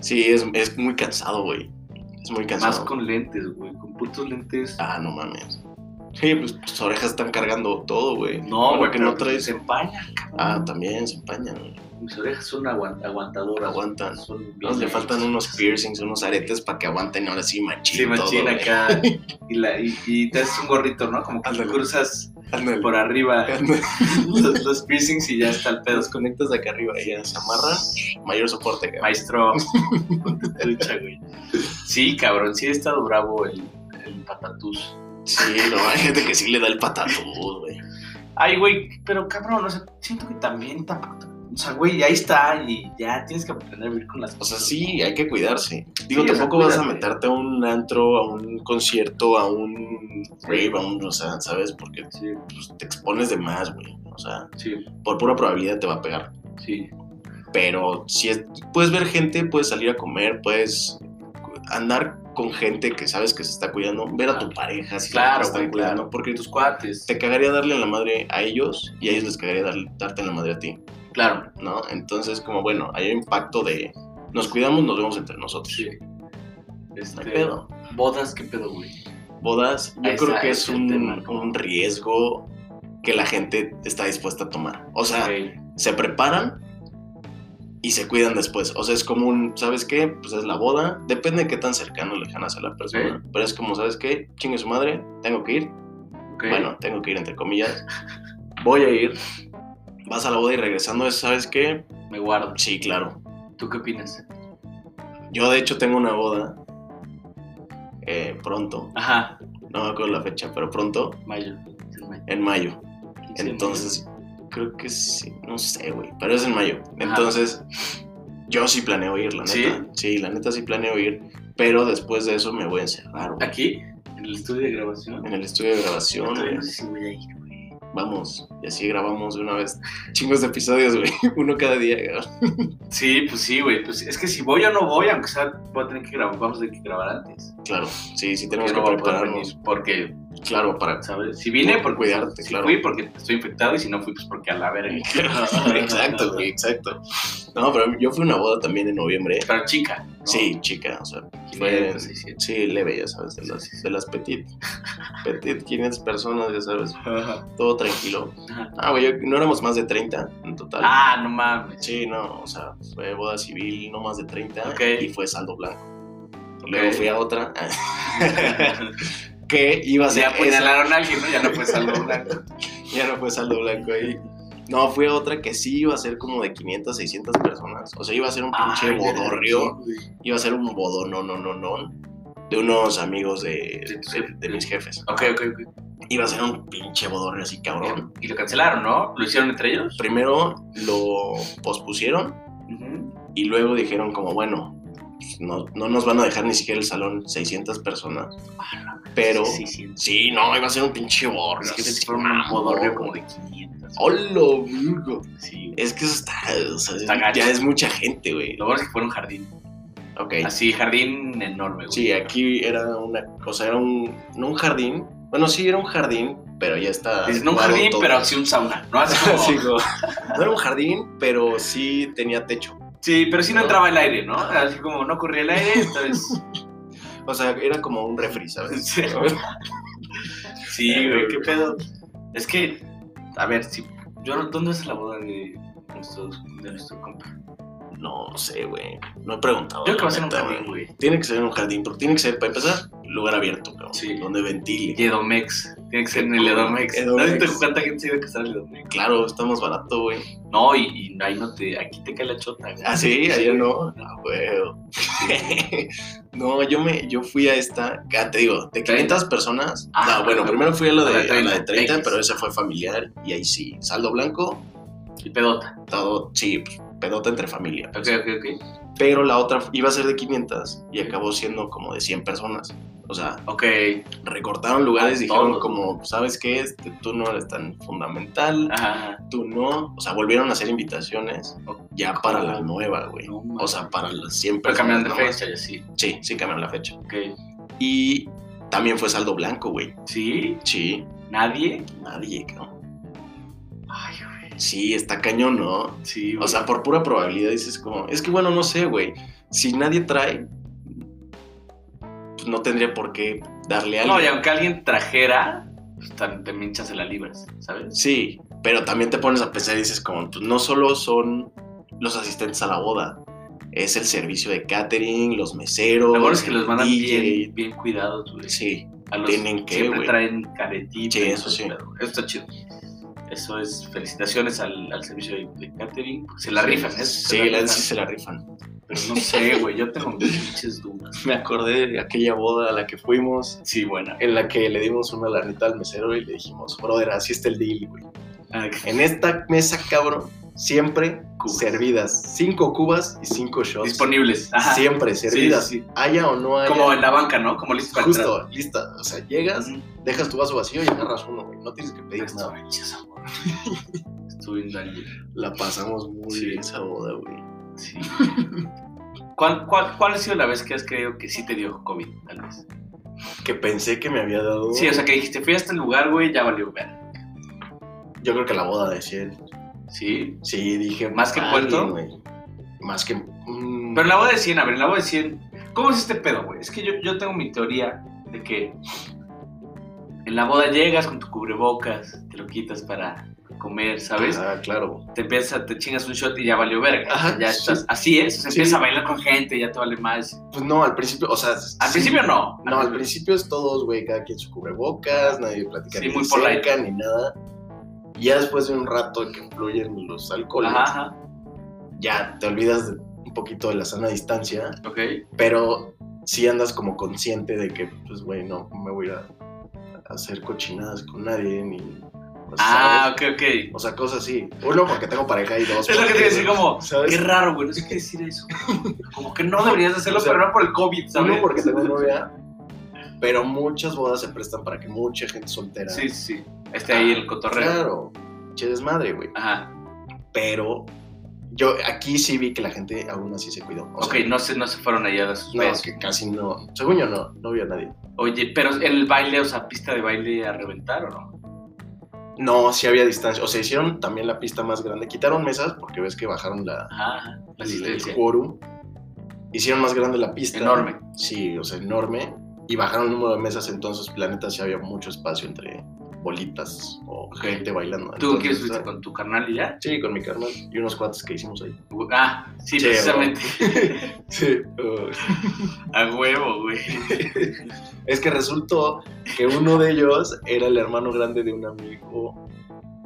Sí, es, es muy cansado, güey. Es muy
Más
cansado.
con lentes, güey. Con putos lentes.
Ah, no mames. Sí, pues tus orejas están cargando todo, güey.
No, güey,
que
pero
no traes.
Se empañan, cabrón.
Ah, también se empañan, güey.
Mis orejas son aguan- aguantadoras.
Aguantan.
Son
No,
bien
le faltan
anchas.
unos piercings, unos aretes para que aguanten ahora sí machín.
Sí,
todo,
machina
güey.
acá. Y, la, y, y te haces un gorrito, ¿no? Como que te
Ándale.
cruzas
Ándale.
por arriba
Ándale.
los, los piercings y ya está el pedo.
Los conectas de acá arriba y ya se amarran. Mayor soporte, güey.
Maestro. ponte trucha, güey. Sí, cabrón, sí he estado bravo el, el patatús.
Sí, no, hay gente que sí le da el patatús, güey.
Ay, güey, pero cabrón, o sea, siento que también tampoco. O sea, güey, ahí está y ya tienes que aprender a vivir con las
O sea,
cosas.
sí, hay que cuidarse. Digo,
Sí, o sea,
tampoco vas a
cuídate.
meterte a un antro, a un concierto, a un rave, a un, o sea, ¿sabes? Porque
Sí,
pues, te expones de más, güey. O sea,
sí,
por pura probabilidad te va a pegar.
sí.
Pero si es- puedes ver gente, puedes salir a comer, puedes andar con gente que sabes que se está cuidando, ver a tu pareja si
Ah. Claro,
se están
güey,
cuidando,
claro.
porque tus cuadros
Cuates.
te cagaría darle la madre a ellos y a ellos les cagaría darle- darte la madre a ti,
Claro,
¿no? Entonces, como bueno, hay un impacto de nos cuidamos, nos vemos entre nosotros.
sí.
No
Este,
hay pedo.
Bodas, qué pedo, güey.
Bodas, yo
Ahí
creo
está,
que
ese
es
es el
un,
tema.
un riesgo que la gente está dispuesta a tomar. O sea,
Güey,
se preparan y se cuidan después. O sea, es como un, ¿sabes qué? Pues es la boda. Depende de qué tan cercano o lejana sea la persona. Pero es como, ¿sabes qué? Chingue su madre, tengo que ir.
ok.
Bueno, tengo que ir entre comillas. Voy a ir. Vas a la boda y regresando es, ¿sabes qué?
me guardo.
Sí, claro.
¿Tú qué opinas?
Yo de hecho tengo una boda. eh, pronto.
Ajá,
No me acuerdo la fecha, pero pronto.
mayo. es en mayo,
En mayo.
15 de
Entonces, creo que sí, no sé, güey, pero es en mayo. Entonces, yo sí planeo ir, la neta.
¿Sí?
¿Sí? la neta sí planeo ir, pero después de eso me voy a encerrar,
mayo.
güey.
Aquí, en el estudio de grabación.
En el estudio de
Yo
grabación,
todavía
güey.
no sé si voy a ir, güey.
Vamos, y así grabamos de una vez chingos de episodios, güey. Uno cada día, güey.
Sí, pues sí, güey. Pues es que si voy o no voy, aunque sea, voy a tener que grabar. Vamos a tener que grabar antes.
Claro, sí, sí tenemos
Yo no
que
voy a poder
prepararnos.
venir Porque
Claro, para.
¿sabes? Si vine,
Por
porque
cuidarte,
si
claro.
fui porque estoy infectado y si no fui, pues porque a la verga.
exacto, güey, exacto. No, pero yo fui a una boda también en noviembre.
Pero chica. ¿no?
Sí, chica, o sea, fue
Fue-
en- Sí, leve, ya sabes, de las, de las petit. Petit, 500 personas, ya sabes, todo tranquilo.
Ajá.
Ah, güey, yo- no éramos más de 30 en total.
Ah, no mames.
Sí, no, o sea, fue boda civil, no más de 30,
Ok.
y fue saldo blanco.
Ok.
Luego fui a otra ah, que iba a ser
ya
esa,
pues, apuñalaron a alguien, ¿no? Ya no fue salvo blanco.
ya no fue saldo blanco ahí. No, fui a otra que sí iba a ser como de 500, 600 personas. O sea, iba a ser un pinche
Ay,
bodorrio.
güey.
Iba a ser un bodón, no, no, no, no. De unos amigos de,
De tus
de-
jefes.
de mis jefes.
Ok, ok, ok.
Iba a ser un pinche bodorrio así cabrón.
Y lo cancelaron, ¿no? ¿Lo hicieron entre ellos?
Primero lo pospusieron
Ujú.
y luego dijeron como, bueno, pues, no, no nos van a dejar ni siquiera el salón 600 personas. Pero...
Sí, sí, sí.
Sí, no, iba a ser un pinche borrio.
Es que
así,
se fueron un
mamón.
bodorrio como de 500.
¡Hola, virgo!
Sí, güey.
Es que eso está. o sea,
Está gacho.
ya es mucha gente, güey.
Lo bueno es que fue un jardín.
Ok.
Así, jardín enorme, güey.
Sí, aquí era una. O sea, era un. No un jardín. Bueno, sí, era un jardín, pero ya está.
Es no un jardín, pero así un sauna. No así como-
Sí, como- no era un jardín, pero sí tenía techo.
Sí, pero sí no entraba el aire, ¿no? Así como no corría el aire, entonces.
O sea, era como un refri, ¿sabes?
Sí. Sí, güey, eh, qué pedo. Es que, a ver, si. Yo, no- ¿Dónde es la boda de, nuestros, de nuestro compa?
No sé, güey. No he preguntado.
Yo creo que va a ser un
la neta,
jardín,
güey.
güey.
Tiene que ser en un jardín, porque tiene que ser, para empezar, lugar abierto, cabrón.
Sí.
Donde ventile.
Y Edomex. Tiene que ser en el Edomex.
Edomex.
¿Sabes tú cuánta gente se iba a casar en el Edomex?
Claro, estamos barato, güey.
No, y, y ahí no te. Aquí te cae la chota, güey.
Ah, sí, ayer no. Ah, huevo. no, yo me, yo fui a esta, ah, te digo, de 500 personas.
Ah,
no, bueno, primero fui a la de,
a la de
a la de
30,
30,
X.
pero esa fue familiar y ahí sí, saldo blanco,
Y pedota.
todo, sí, pues, pedota entre familia.
Ok, ok, ok.
Pero la otra iba a ser de 500 y acabó siendo como de 100 personas. O sea,
Ok.
recortaron lugares, dijeron
Todo.
como, ¿sabes qué? Este, tú no eres tan fundamental,
Ajá.
tú no. O sea, volvieron a hacer invitaciones ya para la nueva, güey.
No,
O sea, para las 100
Pero
personas.
cambiaron de
nomás.
fecha y así.
Sí, sí cambiaron la fecha.
Ok.
Y también fue saldo blanco, güey.
¿Sí?
Sí,
¿Nadie?
nadie, cabrón.
Ay, güey.
Sí, está cañón, ¿no?
Sí,
O sea, por pura probabilidad dices como, es que bueno, no sé, güey. Si nadie trae, pues no tendría por qué darle algo.
No, y aunque alguien trajera, pues, tam- también chance la libras, ¿sabes?
Sí, pero también te pones a pensar y dices como, pues no solo son los asistentes a la boda, es el servicio de catering, los meseros.
Lo bueno es que
el
los mandan
DJ.
bien, bien cuidados, güey.
Sí,
A los
tienen que,
siempre
güey.
traen caretitas.
Sí, eso sí.
Eso está chido. Eso es felicitaciones al, al servicio de, de catering. porque Se la rifan, ¿eh?
Sí,
Se
la
rifan.
sí se la rifan.
Pero no sé, güey. Yo tengo mis pinches dudas.
Me acordé de aquella boda a la que fuimos
Sí, bueno.
en la que le dimos una lanita al mesero y le dijimos, brother, así está el deal, güey.
Ah,
En esta mesa, cabrón, siempre
Cubas.
servidas. Cinco cubas y cinco shots.
Disponibles. Ajá.
Siempre
Sí,
servidas.
sí, sí.
Haya o no haya.
Como en la banca, ¿no? Como listo para
Justo,
entrar.
lista. O sea, llegas, dejas tu vaso vacío y agarras uno, güey. No tienes que pedir
Estuvo
nada.
bien chido, amor. Estuvo bien daño.
La pasamos muy
Sí.
bien esa boda, güey.
Sí. ¿Cuál, cuál, ¿Cuál ha sido la vez que has creído que sí te dio COVID, tal vez?
Que pensé que me había dado.
Sí, o sea, que dijiste, fui a este lugar, güey, ya valió ver.
Yo creo que la boda de Ciel.
Sí.
Sí, dije.
¿Más que en
"Alguien,
Puerto?"
güey. Más que. mm,
Pero en la voy de 100, a ver, en la voy de 100. ¿Cómo es este pedo, güey? Es que yo, yo tengo mi teoría de que en la boda llegas con tu cubrebocas, te lo quitas para comer, ¿sabes?
Ah, claro.
Te empiezas, te chingas un shot y ya valió verga.
Ajá,
ya
sí.
estás, así es, o sea,
Sí.
empiezas a bailar con gente, ya te vale más.
Pues no, al principio, o sea.
Al
sí.
principio no.
No, al principio es todos, güey, cada quien su cubrebocas, nadie platica
Sí,
ni
muy
muy
polite.
cerca ni nada. Y ya después de un rato que fluyen los alcoholes,
Ajá, ajá.
ya te olvidas de- un poquito de la sana distancia,
Ok.
pero sí andas como consciente de que, pues, güey, no me voy a ir a a hacer cochinadas con nadie, ni... o sea,
Ah, ok, ok.
O sea, cosas así. Uno, porque tengo pareja y dos.
Es lo que te iba a decir,
porque-
como,
¿sabes?
qué raro, güey, no sé qué decir eso. Como que no deberías hacerlo,
O sea,
pero no por el COVID, ¿sabes?
Uno, porque tengo novia, pero muchas bodas se prestan para que mucha gente soltera...
Sí, sí, esté ahí el cotorreo.
Claro, che desmadre, güey.
Ajá,
pero yo aquí sí vi que la gente aún así se cuidó. O
ok, pues.
sea,
no se, no se fueron allá a sus
no,
pedos.
que casi no. Según yo, no, no vi a nadie.
Oye, pero el baile, o sea, pista de baile a reventar, ¿o no?
No, sí había distancia. O sea, hicieron también la pista más grande. Quitaron mesas porque ves que bajaron la,
Ajá, ajá, la
el
asistencia.
quórum. Hicieron más grande la pista.
Enorme.
Sí, o sea, enorme. Y bajaron el número de mesas, entonces, planeta, sí había mucho espacio entre bolitas o
Ok.
gente bailando.
¿Tú
Entonces,
qué
o
fuiste
sea,
con tu carnal y ya?
Sí, con mi carnal y unos cuates que hicimos ahí.
Ah, sí,
Sí,
precisamente.
Sí. uh,
A huevo, güey.
Es que resultó que uno de ellos era el hermano grande de un amigo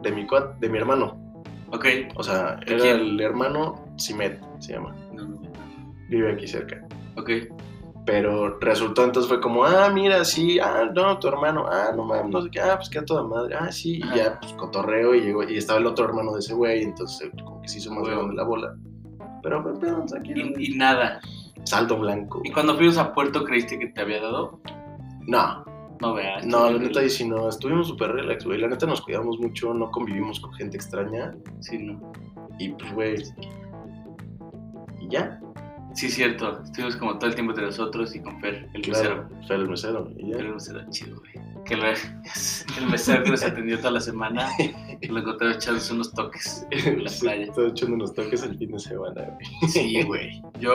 de mi, cuat- de mi hermano.
Ok.
O sea,
¿De
era
quién?
el hermano Simet, se llama.
No, no, no.
Vive aquí cerca.
Ok.
Pero resultó entonces fue como, ah, mira, sí, ah, no, tu hermano, ah, no mames, no sé qué, ah, pues queda toda madre, ah, sí, y
Ajá.
ya, pues cotorreo y llegó, y estaba el otro hermano de ese güey, entonces eh, como que se hizo más
Huevo.
grande la bola. Pero, pues, pero, tranquilo.
Y, y nada.
Saldo blanco.
¿Y cuando fuimos a Puerto creíste que te había dado?
No,
No veas.
no, la neta, y si no, estuvimos súper relax, güey, la neta nos cuidamos mucho, no convivimos con gente extraña,
Sí, no.
y pues, güey, y ya,
Sí, cierto. Estuvimos como todo el tiempo entre nosotros y con Fer, el
claro,
mesero.
fue el mesero, y
Fer, el
ya.
mesero, chido, güey. Que lo- el mesero que nos atendió toda la semana, lo encontré echándose unos toques en la
Sí,
playa.
Estaba echando unos toques el fin de semana, güey.
Sí, güey. Yo,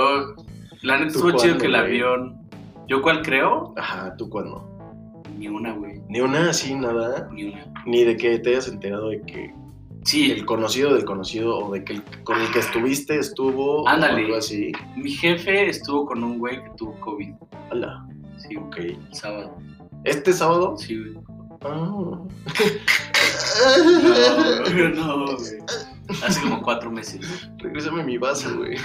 la neta,
¿Tú
estuvo chido
cuándo,
que el
güey?
avión. ¿Yo cuál creo?
Ajá, ¿tú cuándo?
Ni una, güey.
Ni una así, nada.
Ni una.
Ni de que te hayas enterado de que
Sí,
el conocido del conocido o de que el- con el que estuviste estuvo o
Ándale.
algo así.
mi jefe estuvo con un güey que tuvo COVID.
Hola,
Sí,
ok.
el sábado.
¿Este sábado?
Sí, güey.
Ah.
No, no, güey. Hace como cuatro meses.
Regrésame mi vaso, güey.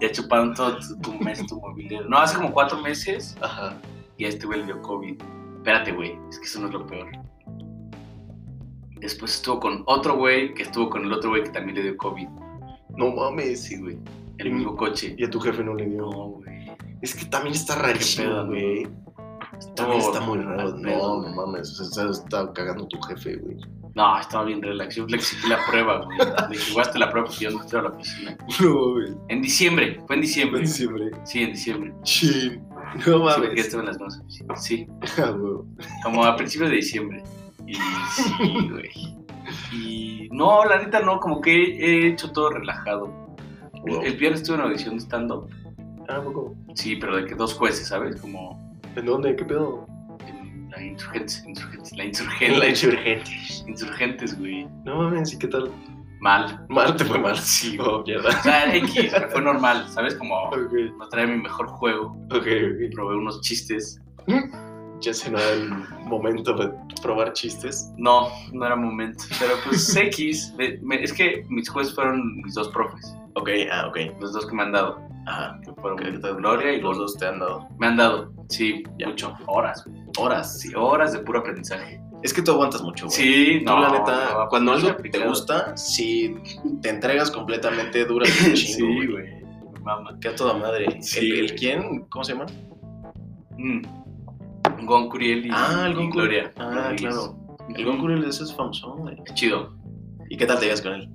Ya chuparon todo tu, tu mes, tu mobiliario. No, hace como cuatro meses
Ajá.
y a este güey le dio COVID. Espérate, güey. Es que eso no es lo peor. Después estuvo con otro güey que estuvo con el otro güey que también le dio COVID.
No mames.
Sí, güey. El mismo coche.
Y a tu jefe no le
No,
dio.
güey.
Es que también está rarísimo,
pedo,
güey. También
Estuvo-
está muy raro.
al pedo,
No, no
güey.
mames. O sea, está cagando tu jefe, güey.
No, estaba bien relax. Yo flexibilé la prueba, güey. Le dije, "Guaste la prueba porque yo no estoy a la oficina.
No, güey.
En diciembre, fue en diciembre.
Siempre.
Sí, en diciembre.
Chin. No
Sí, porque
mames.
estuve en las manos oficinas. Sí,
Ah, güey.
como a principios de diciembre. Y sí, güey. Y no, la neta no, como que he hecho todo relajado. El,
Wow.
el viernes estuve en audición de stand-up.
Ah, poco.
Sí, pero de que dos jueces, ¿sabes? Como
¿En dónde? ¿Qué pedo?
en la insurgentes, insurgentes, la insurgente,
En la insurgente.
insurgentes, güey.
No mames, ¿y qué tal?
Mal.
Mal te fue mal.
Sí, güey.
Oh, mierda.
O sea, X, me fue normal, ¿sabes? Como
Ok,
no traía mi mejor juego.
ok, ok.
Probé unos chistes.
Ya se no era el momento de probar chistes.
No, no era momento. Pero pues X, me- me- es que mis jueces fueron mis dos profes.
Ok, ah, ok.
Los dos que me han dado.
Ajá.
que Fueron
Ok.
Gloria y los
Los
dos.
dos te han dado
Me han dado, sí,
Ya.
mucho. Horas, güey.
horas.
sí, horas de puro aprendizaje.
Es que tú aguantas mucho, güey.
Sí,
Tú,
no.
la neta,
no,
cuando
no,
algo te
aplicado.
gusta, si te entregas completamente, duras un chingo,
Sí,
güey.
güey. me Mama.
Que a toda madre.
Sí,
¿El, el
güey.
quién? ¿Cómo se llama?
Mm. Goncuriel y,
ah, el
y
Goncuriel.
Gloria.
Ah,
Rodríguez.
claro. El
Ujú.
Goncuriel de ese es famoso, güey.
Chido.
¿Y qué tal te llevas con él?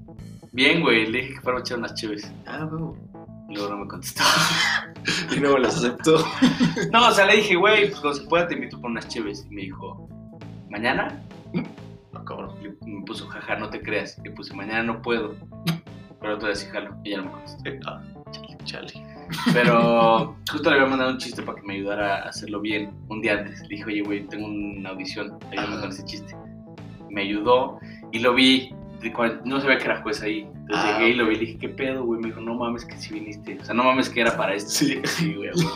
Bien, güey. Le dije que fuera a echar unas chives.
Ah, güey.
Y luego no me contestó.
Y no me las aceptó.
No, o sea, le dije, güey, pues cuando se pueda te invito por unas chives. Y me dijo, ¿mañana?
No, cabrón.
Le- me puso, jaja, no te creas. Le puse, mañana no puedo. Pero otra vez sí jalo. Y ya no me contestó.
Ah, chale, chale.
Pero justo le había mandado un chiste para que me ayudara a hacerlo bien un día antes. Le dije, oye, güey, tengo una audición. Ayúdame
Ajá.
con ese chiste. Me ayudó y lo vi. de cuan- No sabía que era juez ahí. Entonces
Ah,
llegué y lo vi y le dije, ¿qué pedo, güey? Me dijo, no mames que sí viniste. O sea, no mames que era para esto.
Sí.
Sí, güey, a huevo.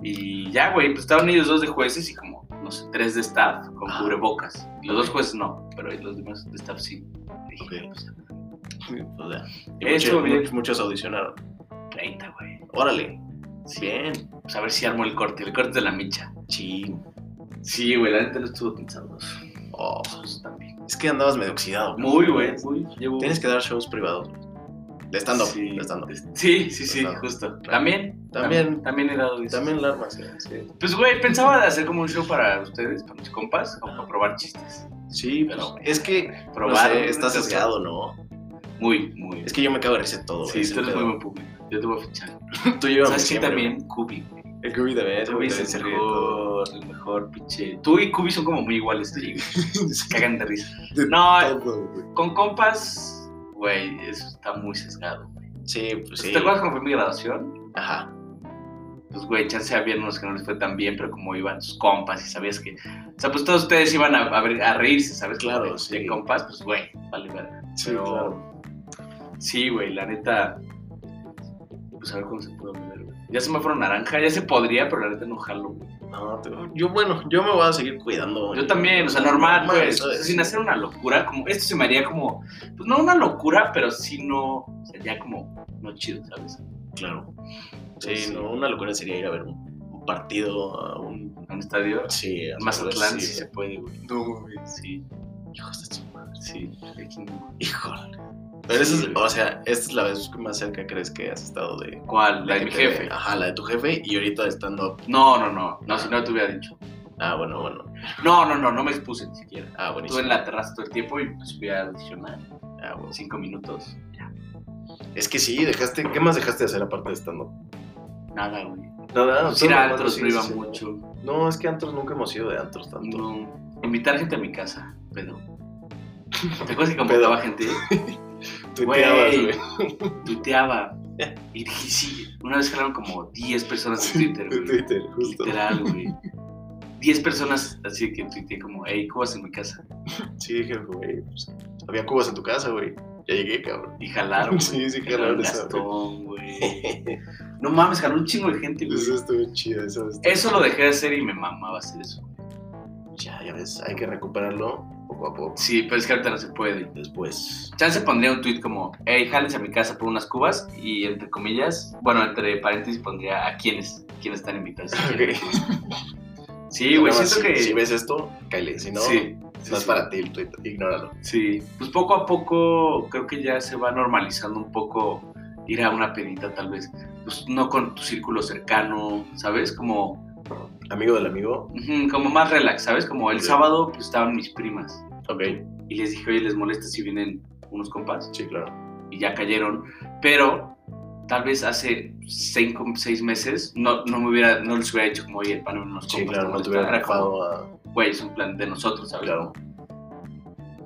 Y ya, güey, pues estaban ellos dos de jueces y como, no sé, tres de staff con
Ah.
cubrebocas. Los dos jueces no, pero los demás de staff sí. Dije,
Ok.
pues,
O sea, y
Eh, estuvo
mucho-
bien.
muchos, muchos audicionaron.
30, güey.
Órale.
Sí.
Bien.
Pues a ver si armo el corte, el corte de la micha.
Chin.
Sí, güey, la neta no estuvo pensado.
Oh,
Pues, también.
es que andabas medio oxidado. ¿no?
Muy, güey, muy. Llevo...
Tienes que dar shows privados. güey. De stand-up.
Sí.
de stand-up.
Sí, sí, sí,
Stand-up.
justo.
Claro.
También.
También.
También he dado eso.
También la armas, ¿eh? sí.
Pues, güey, pensaba hacer como un show para ustedes, para mis compas, como para probar chistes.
Sí,
pero,
pero
güey,
es que no
Probar.
sé, estás
entonces,
sesgado, ¿no?
Muy, muy.
Es que yo me cago en ese todo.
Sí,
ese
tú eres
pedo.
muy buen público. Yo te voy a fichar.
Tú llévame
¿Sabes qué
siempre,
también? Kubi.
güey. El Kubi también. el
Kubi
también
es
se
el
ríe de todo.
mejor, el mejor pinche. Tú y Kubi son como muy iguales, sí, güey. se cagan de risa.
De
No,
todo, güey.
con compas, güey, eso está muy sesgado. güey.
Sí, pues sí.
¿Te acuerdas cuando fue mi graduación?
Ajá.
Pues, güey, chance había unos que no les fue tan bien, pero como iban sus compas y sabías que. O sea, pues todos ustedes iban a, a ver- a reírse, ¿sabes?
Claro,
Como de-
sí.
De compas, pues, güey, vale, verga.
Sí,
Pero-
claro.
Sí, güey, la neta. Pues a ver cómo se puede mover, güey. Ya se me fueron naranja, ya se podría, pero la neta no jalo, güey.
No, te- yo, bueno, yo me voy a seguir cuidando.
Yo también, o sea, normal,
Normal,
pues,
¿sabes?
sin hacer una locura, como, esto se me haría como, pues no una locura, pero sí no, sería como, no chido, ¿sabes?
Claro. Sí,
Sí.
no, una locura sería ir a ver un, un partido a un.
A un estadio,
Sí, a
Mazatlán,
ver,
si
sí.
se puede, güey.
No, güey.
Sí,
Hijos de su madre.
sí, aquí no.
Híjole. Pero eso
Sí,
es,
güey.
o sea, esta es la vez que más cerca crees que has estado de.
¿Cuál? La de
que
mi
te-
jefe.
Ajá, la de tu jefe y ahorita estando.
No, no, no, no, si no te hubiera dicho.
Ah, bueno, bueno.
No, no, no, no me expuse ni siquiera.
Ah,
Estuve
buenísimo.
en la terraza todo el tiempo y pues fui a audicionar
Ah, bueno.
cinco minutos.
Es que sí, dejaste. ¿Qué más dejaste de hacer aparte de estando?
Nada, güey.
Nada,
Pues ir
todo
a
lo
antros
demás,
no
sí,
iba
sí, sí.
mucho.
No, es que antros nunca hemos ido de antros tanto.
No. Invitar gente a mi casa, pero. ¿Te acuerdas que como
Pedo.
daba gente?
Tuiteabas,
Güey.
güey.
tuiteaba. Y dije, sí, una vez jalaron como 10 personas en Twitter,
En
güey.
Twitter, justo.
Literal, güey. 10 personas así que tuiteé como, hey, cubas en mi casa.
Sí, dije, güey, pues, había cubas en tu casa, güey. Ya llegué, cabrón.
Y jalaron, güey.
Sí, sí,
Jalaron
jalaron esa,
Gastón, güey. No mames, jaló un chingo de gente, güey.
Eso estuvo chido, eso estuvo-
Eso lo dejé de hacer y me mamaba hacer eso.
Ya, ya ves, hay que recuperarlo poco a poco.
Sí, pero es que ahorita no se puede.
Después.
Chance pondría un tweet como, hey, jálense a mi casa por unas cubas. Y entre comillas, bueno, entre paréntesis pondría a quienes, quienes están invitados. Sí, güey,
Nada más,
siento
si,
que...
Si ves esto, cállate. Si no,
sí,
no es
sí.
para ti el tweet, ignóralo.
Sí, pues poco a poco creo que ya se va normalizando un poco ir a una pedita tal vez, pues no con tu círculo cercano, ¿sabes? Como,
Amigo del amigo,
ujú, como más relax, ¿sabes? Como el
Sí.
sábado pues estaban mis primas
ok,
y les dije, oye, ¿les molesta si vienen unos compas?
sí, claro.
Y ya cayeron, pero tal vez hace cinco, seis meses no, no me hubiera, no les hubiera dicho como, oye, para unos compas.
Sí, claro,
te
no te
molesta".
hubiera
Era como,
rajado a.
Güey, es un plan de nosotros, ¿sabes?
este Claro,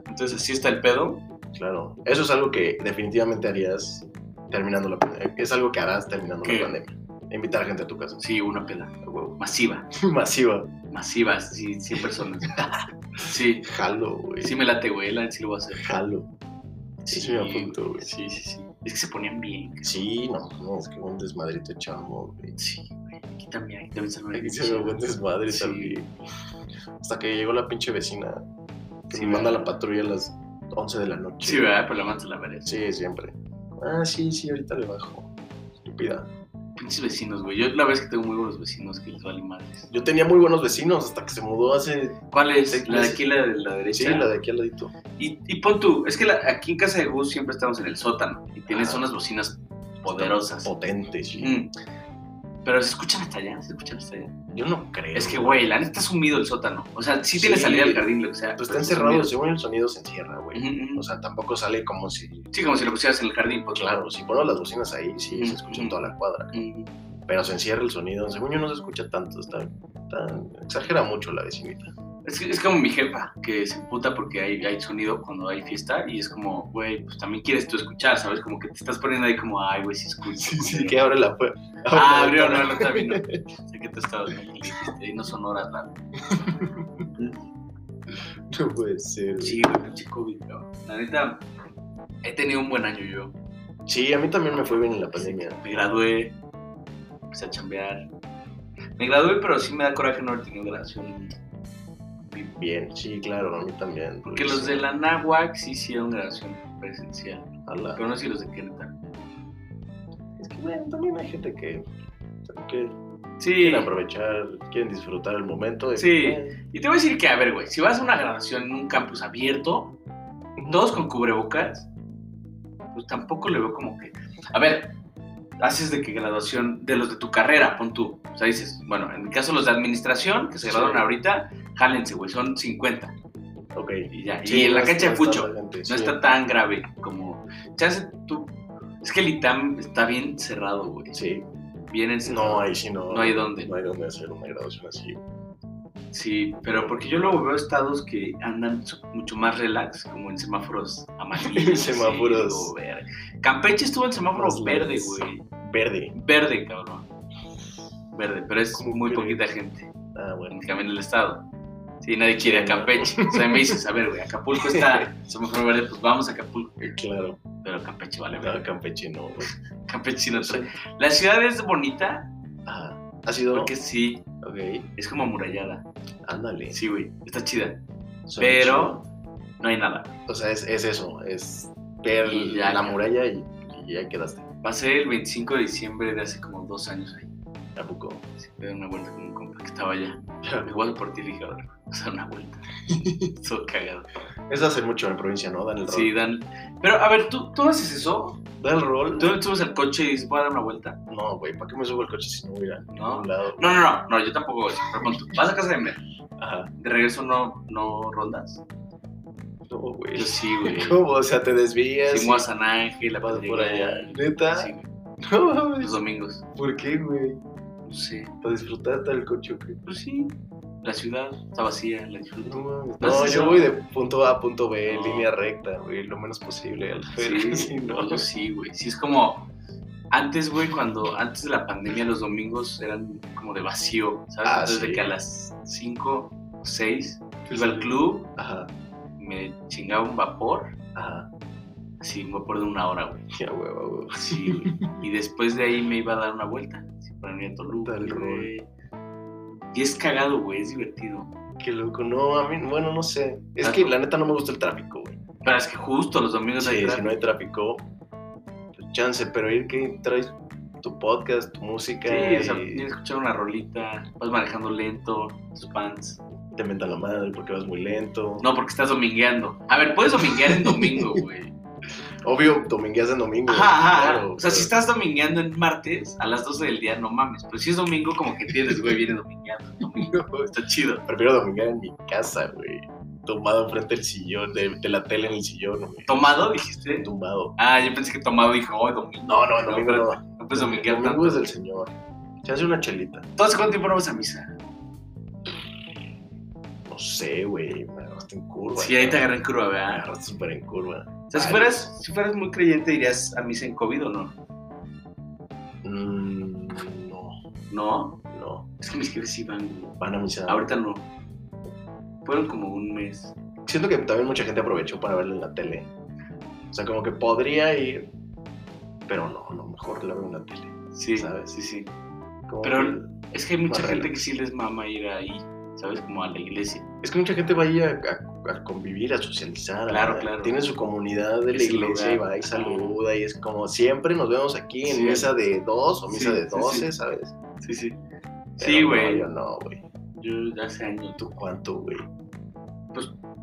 Entonces así está el pedo.
claro. Eso es algo que definitivamente harías terminando la pandemia. Es algo que harás terminando
¿Qué?
la pandemia. Invitar a gente a tu casa.
Sí, una peda
A huevo.
masiva.
Masiva.
masivas, sí, 100 personas. Sí,
Jalo, güey.
sí me late, güey, la sí lo voy a hacer.
Jalo. Sí, me apunto, güey.
Sí, sí, sí. Es que se ponían bien.
Sí, no, no, es que un desmadrito chamo, güey.
Sí, güey. Aquí también, aquí también se me
Aquí se ve un buen desmadre
Sí.
también. Hasta que llegó la pinche vecina. Que
Sí,
me manda
¿verdad?
la patrulla a las 11 de la noche.
Sí, ¿verdad? Pero la mancha la veré.
Sí, siempre. Ah, sí, sí, ahorita le bajo. Estúpida.
Pinches vecinos, güey. Yo la verdad es que tengo muy buenos vecinos que les vale madres.
Yo tenía muy buenos vecinos hasta que se mudó hace.
¿Cuál
Sí,
es? La de
sí.
aquí, la de la derecha.
Sí, la de aquí al ladito.
Y, y pon tú, es que la- aquí en casa de Gus siempre estamos en el sótano y tienes
Ajá. Oh.
unas bocinas poderosas.
Potente, sí.
Mm. Pero se escuchan hasta allá, se escuchan hasta allá.
Yo no creo.
Es que, güey, la neta está sumido el sótano. O sea, sí, tiene
Sí.
salida al jardín, lo que sea.
Pues
pero
está encerrado,
sumido.
según el sonido se encierra, güey.
Ujú, ujú.
O sea, tampoco sale como si.
Sí, como si lo pusieras en el jardín, pues
Claro, si pongo las bocinas ahí, sí, se escucha en
Ujú.
toda la cuadra.
Mm,
pero se encierra el sonido. Según yo no se escucha tanto, está, tan- exagera mucho la vecinita.
Es, que- es como mi jefa, que se emputa porque hay, hay sonido cuando hay fiesta y es como, güey, pues también quieres tú escuchar, ¿sabes? Como que te estás poniendo ahí como, ay, güey, si escucho. culero".
que abre la puerta.
Ah, abrió, no, no, también no. Sé que tú estabas ahí, dijiste, y no son horas, la...
No puede ser. güey.
Sí, güey, pinche COVID, cabrón. La neta, he tenido un buen año yo.
Sí, a mí también me fue bien en la pandemia.
Me gradué, empecé a chambear. Me gradué, pero sí me da coraje no haber tenido graduación.
Bien, sí, claro, a mí también. pues,
Porque los de la Nahuac sí hicieron graduación presencial,
Ala.
pero no sé si los de Querétaro.
Es que, bueno, también hay gente que, que
Sí,
quieren aprovechar, quieren disfrutar el momento. y- pues,
Sí. y te voy a decir que, a ver, güey, si vas a una grabación en un campus abierto, todos con cubrebocas, pues tampoco le veo como que. A ver, haces de que graduación de los de tu carrera, pon tú. O sea, dices, bueno, en mi caso los de administración, que se
Sí.
graduaron ahorita, jálense, güey, son 50.
Ok.
Y ya,
Sí,
y en la
no
cancha de
está
Fucho,
tanta gente, sí.
no está tan grave como. Chance tú. Es que el ITAM está bien cerrado, güey.
Sí,
Bien encerrado.
no, ahí sí no.
No hay dónde.
No hay dónde hacer una graduación así.
Sí, pero porque yo luego veo estados que andan su- mucho más relax, como en semáforos amarillos.
En
así,
semáforos.
o verde. Campeche estuvo en semáforo
Más
verde,
leves.
güey.
Verde.
Verde, cabrón. Verde, pero es
¿Cómo
muy
crees?
poquita gente
Ah, bueno.
en cambio en el estado. Sí, nadie quiere a Campeche. O sea, me dices, a ver, güey, Acapulco está semáforo verde, pues vamos a Acapulco.
Claro.
Pero Campeche vale,
Ah,
verga.
campechino, güey.
Campeche sí no trae. La ciudad es bonita,
Ah, ¿Ha sido?
Porque sí,
Ok,
es como amurallada.
ándale.
Sí, güey, está chida.
Suena
Pero no hay nada.
chido. O sea, es, es eso, es ver
Y ya.
la muralla y, y ya quedaste.
Pasé el 25 de diciembre de hace como dos años ahí.
¿A poco?
Sí, me di una vuelta con un compa que estaba allá. Igual por ti le dije, ahora, vamos a dar una vuelta. Estuvo cagado.
Es hacer mucho en provincia, ¿no? Dan el rol.
Sí, Dan. Pero a ver, ¿tú, tú haces eso?
Dan el rol.
¿Tú subes al coche y dices, voy a dar una vuelta?
No, güey, ¿para qué me subo al coche si no voy a ir a
No.
ningún lado?
No, no, no, no, yo tampoco. Pero pon tú, vas a casa de Mer,
Ajá.
de regreso no, no rondas.
No, güey.
Yo sí, güey.
¿Cómo? O sea, te desvías.
Fuimos a San Ángel, la
Vas
Pedregal,
por allá. ¿Neta?
Sí, güey,
No
los
mames.
domingos.
¿Por qué, güey?
No sé.
Para disfrutar tal coche, güey.
Pues sí, la ciudad está vacía, la disfruto.
No, mames.
Pues
no
eso-
yo voy de punto A a punto B,
No.
línea recta, güey, lo menos posible. al-
Sí,
Sí, no.
no, yo sí, güey. Sí, es como. Antes, güey, cuando. Antes de la pandemia, los domingos eran como de vacío, ¿sabes?
Ah,
Entonces,
sí.
de que a las 5 o 6
Sí,
iba al
sí.
club,
Ajá,
me chingaba un vapor,
ajá.
así, un vapor de una hora, güey.
Ya, güey, güey, güey.
Sí, güey. y después de ahí me iba a dar una vuelta, así, para venir a Toluca,
Tal
güey. Y es cagado, güey, es divertido.
Qué loco. No, a mí, bueno, no sé. Es
Ah,
que
no.
la neta no me gusta el tráfico, güey.
Pero es que justo los domingos hay
Sí, si
tráfico.
no hay tráfico, pues, chance, pero ir que traes tu podcast, tu música,
Sí, o sea,
y
tienes que escuchar una rolita, vas manejando lento, tus pants.
te mentan la madre porque vas muy lento.
No, porque estás domingueando. A ver, puedes dominguear en domingo, güey.
Obvio, domingueas en domingo.
Ajá, ajá.
claro,
o sea,
pero-
si estás domingueando en martes a las 12 del día, no mames. Pero si es domingo, como que tienes, güey, viene domingueando.
No, güey,
Está chido.
Prefiero domingar en mi casa, güey. Tumbado enfrente del sillón, de, de la tele en el sillón, güey.
¿Tomado, dijiste?
Tumbado.
Ah, yo pensé que tomado dijo, hoy domingo.
No, no, en domingo
pero
no.
No puedes dominguear
Domingo
tanto.
es del señor. Se hace una chelita.
Entonces, ¿cuánto tiempo no vas a misa?
No sé, güey. Me agarraste en curva.
Sí, ahí te
agarraste.
agarré en curva,
Me
¿verdad?
agarraste súper en curva.
O sea, si fueras, si fueras muy creyente, irías a misa en COVID o no.
Mm, no,
No,
no.
es que mis jefes iban, güey.
Van a misa.
Ahorita no. Fueron como un mes.
Siento que también mucha gente aprovechó para verla en la tele. O sea, como que podría ir, pero no, no, mejor la veo en la tele.
Sí,
¿Sabes?
sí, sí.
Como
Pero-
que-
Es que hay mucha
Más
gente
relax.
que sí les mama ir ahí, ¿sabes? Como a la iglesia.
es que mucha gente va ahí a, a- a convivir, a socializar.
Claro,
a-
claro.
Tiene su comunidad de la
Es el
iglesia y
lugar.
va y saluda. Y es como siempre nos vemos aquí en
Sí.
misa de dos o misa
Sí,
de
sí,
doce,
sí.
¿sabes?
Sí, sí.
Pero
Sí, güey.
No, yo no, güey.
Yo ya hace años.
¿Tú cuánto, güey?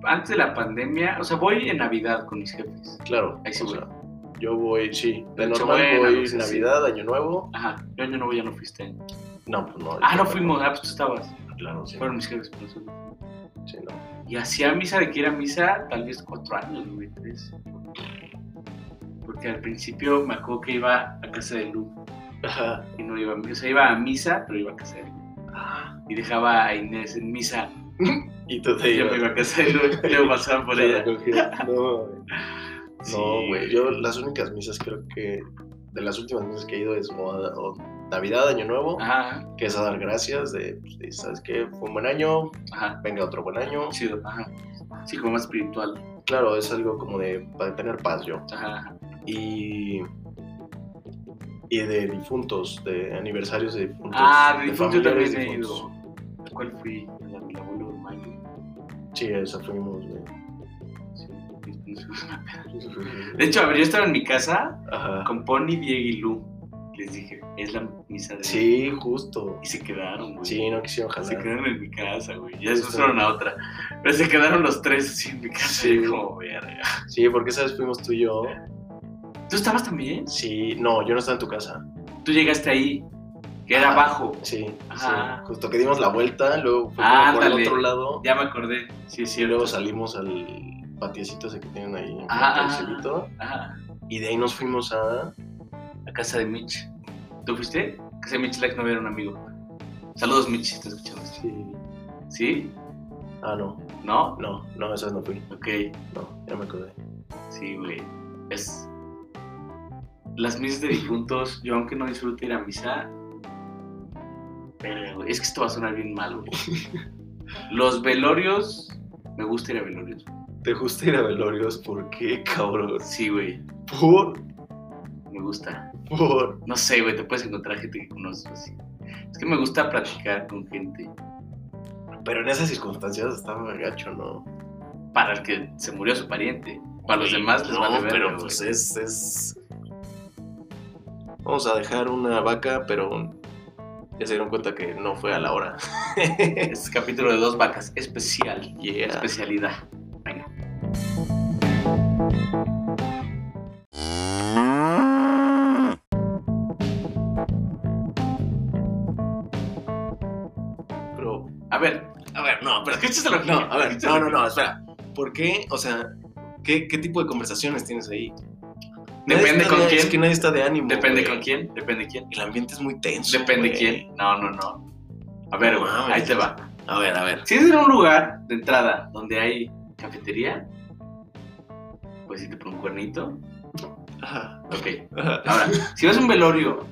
Antes de la pandemia, o sea, voy en Navidad con mis jefes.
Claro.
Ahí sí
o
voy.
sea, yo voy, sí. De normal
Nochebuena,
voy
cosas así.
Navidad, Año Nuevo.
Ajá. Yo año nuevo ya no fuiste.
No, pues no.
Ah,
yo
no fuimos. Ah, pues tú estabas.
Claro, sí.
Fueron mis jefes, por eso. no.
sí, no.
Y hacía misa de que era misa tal vez cuatro años, güey, tres. Porque al principio me acuerdo que iba a casa de Lu
Ajá.
y no iba a misa. O sea, iba a misa, pero iba a casa de Lu. Y dejaba a Inés en misa.
Y tú te
Y yo me iba
ibas.
a casa de Lu y luego pasaba por
La
ella.
recogías. No, güey.
Sí,
No, güey. Yo las únicas misas creo que de las últimas misas que he ido es o a- o Navidad, Año Nuevo,
Ajá,
que es a dar gracias de, pues, de, sabes qué? fue un buen año,
ajá,
venga otro buen año.
chido, ajá. Sí, como más espiritual.
Claro, es algo como de para tener paz yo.
Ajá, ajá.
Y y de difuntos, de aniversarios de difuntos.
Ah, de difunto yo
familiares
también he
difuntos.
ido. ¿A ¿Cuál fui? El del abuelo de Mayo.
Sí, esa fuimos, güey.
Sí, entonces- De hecho, a ver, yo estaba en mi casa
Ajá.
con Pony, Diego y Lu. Les dije, es la misa de.
Sí, justo.
Y se quedaron, güey.
Sí, no quisieron
Se
jalar.
quedaron en mi casa, güey. Ya después fueron a otra. Pero se quedaron los tres así en mi casa.
Sí.
Y yo como, verga.
Sí, porque sabes fuimos tú y yo.
¿Tú estabas también?
Sí, no, yo no estaba en tu casa.
Tú llegaste ahí, que era
Ajá.
abajo.
Sí,
Ajá.
sí. Justo que dimos la vuelta, luego fue
Ah,
como por el
ándale.
otro lado.
Ya me acordé. Sí, es
Y
cierto.
luego salimos al patiecito ese que tienen ahí en
Ah.
el celito.
Ajá.
Y de ahí nos fuimos a.
a casa de Mitch. ¿Tú fuiste? Casa de Mitch, la novia era un amigo. Saludos, Mitch, si estás escuchando esto.
Sí.
¿Sí?
Ah, no.
¿No?
No, no, esas no fui.
Ok,
No, ya me acordé.
sí, güey. Es. Las misas de difuntos, yo aunque no disfrute ir a misa. Verga, güey. Es que esto va a sonar bien mal, güey. Los velorios. Me gusta ir a velorios.
¿Te gusta ir a velorios? ¿Por qué, cabrón?
Sí, güey.
Por,
Me gusta.
por.
No sé, güey. Te puedes encontrar gente que conoces así. Es que me gusta platicar con gente.
Pero en esas circunstancias estaba gacho, ¿no?
Para el que se murió su pariente. Para los
Sí,
demás les
no,
vale verga,
pero
güey.
pues es, es... Vamos a dejar una vaca, pero ya se dieron cuenta que no fue a la hora.
Este es capítulo de dos vacas. Especial.
Yeah.
Especialidad. Venga.
Pero,
A ver,
a ver, no, pero
escuchaste lo que
No, a ver, no, no, no, espera. ¿Por qué? O sea, ¿qué, qué tipo de conversaciones tienes ahí? Nadie
Depende
está
con
de-
quién.
Es que nadie está de ánimo.
Depende
güey.
con quién. Depende quién.
El ambiente es muy tenso.
Depende
güey.
quién. No, no, no. A ver,
No
güey,
mames.
ahí te va.
A ver, a ver.
Si es en un lugar de entrada donde hay cafetería, pues si te pone un cuernito.
Ajá,
Ok.
ajá.
Ahora, si vas a un velorio.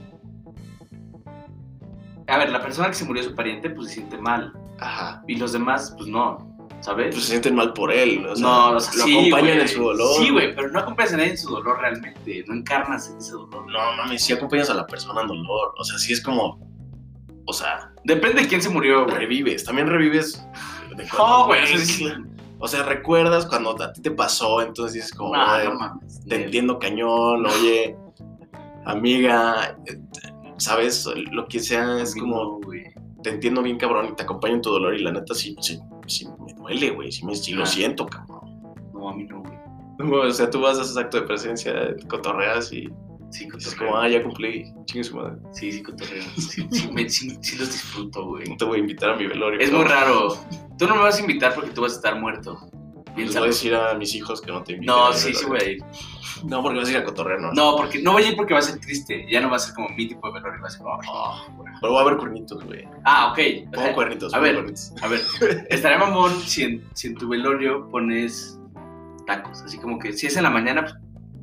A ver, la persona que se murió su pariente, pues se siente mal.
Ajá.
Y los demás, pues no. ¿Sabes?
Pues se sienten mal por él. ¿no? O sea,
no, o sea,
lo
sí,
acompañan
güey.
en su dolor.
Sí, güey, pero no acompañas a nadie en su dolor realmente. No encarnas en ese dolor.
No, mames, sí acompañas a la persona en dolor. O sea, sí es como. O sea,
Depende de quién se murió, güey.
revives. También revives. de cuando-
No, Oh, güey. o sea, sí.
O sea, recuerdas cuando a ti te pasó, entonces dices como.
No,
"Ay,
Ah, no mames.
te entiendo cañón, oye, amiga, eh, sabes, lo que sea, es como,
No, güey.
te entiendo bien cabrón y te acompaño en tu dolor y la neta sí, sí, sí me duele, güey, sí, me- sí lo
Ah.
siento, cabrón.
No, a mí no, güey.
O sea, tú vas a ese acto de presencia, cotorreas y
Sí,
dices
cotorreo.
como, ah, ya cumplí, chingue su madre,
Sí, sí, cotorreo. Sí, sí, me- sí- sí los disfruto, güey.
te voy a invitar a mi velorio.
Es
¿no?
muy raro. Tú no me vas a invitar porque tú vas a estar muerto.
Les
Piénsalo.
voy a decir a mis hijos que no te inviten. a
No,
mi
sí, sí
velorio.
voy a ir.
No, porque vas a ir a cotorrear, ¿no?
No, porque no voy a ir porque va a ser triste. Ya no va a ser como mi tipo de velorio, va a ser como. "Oh".
Ah, Pero va a haber cuernitos, güey.
Ah, ok. O
Pongo
sea,
cuernitos,
a
pongo
ver.
cuernitos.
a ver, estaría mamón si en, si en tu velorio pones tacos. Así como que si es en la mañana, pues,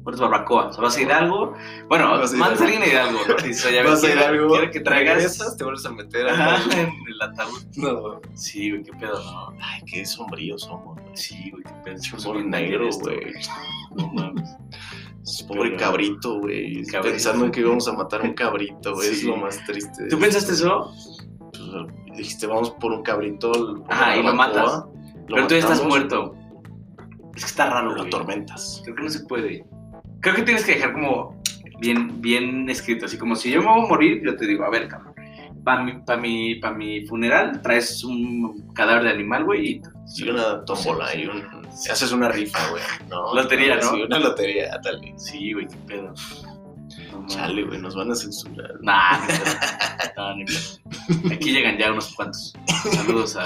pones barbacoa. O sea, vas a ir algo. Bueno,
Vas a
mandas a
ir a-
alguien a Hidalgo, ¿no? Y dice, ya ves,
Vas a ir
quiero-
a algo,
quiero que traigas.
regresas, te vuelves a meter. a-
Ajá, en el ataúd.
No,
Sí, güey, qué pedo, no.
Ay, qué sombríos somos. güey.
Sí, güey, qué pedo.
Somos
Soy bien
negro,
negro esto,
güey.
No mames.
Pobre
Pero-
cabrito, güey.
Cabrito.
Pensando en que íbamos a matar a un cabrito, güey. Es
Sí.
lo más triste.
¿Tú pensaste eso?
Pues, dijiste, vamos por un cabrito. por
Ajá,
una
y lo
barbacoa,
matas.
lo
Pero tú ya estás
matamos,
muerto. Es que está raro,
Lo
güey.
atormentas.
Creo que no se puede. Creo que tienes que dejar como bien, bien escrito. Así como si yo me voy a morir, yo te digo, a ver, cabrón. Para mi, pa mi, pa mi funeral traes un cadáver de animal, güey. y-
Y una tómbola y un... Haces una rifa, güey. ¿no?
Lotería, ¿no?
Sí, una lotería, dale.
Sí, güey, qué pedo. No, no.
Chale, güey, nos van a censurar.
Nah, no, pero- no, ni pedo. Aquí llegan ya unos cuantos. Saludos a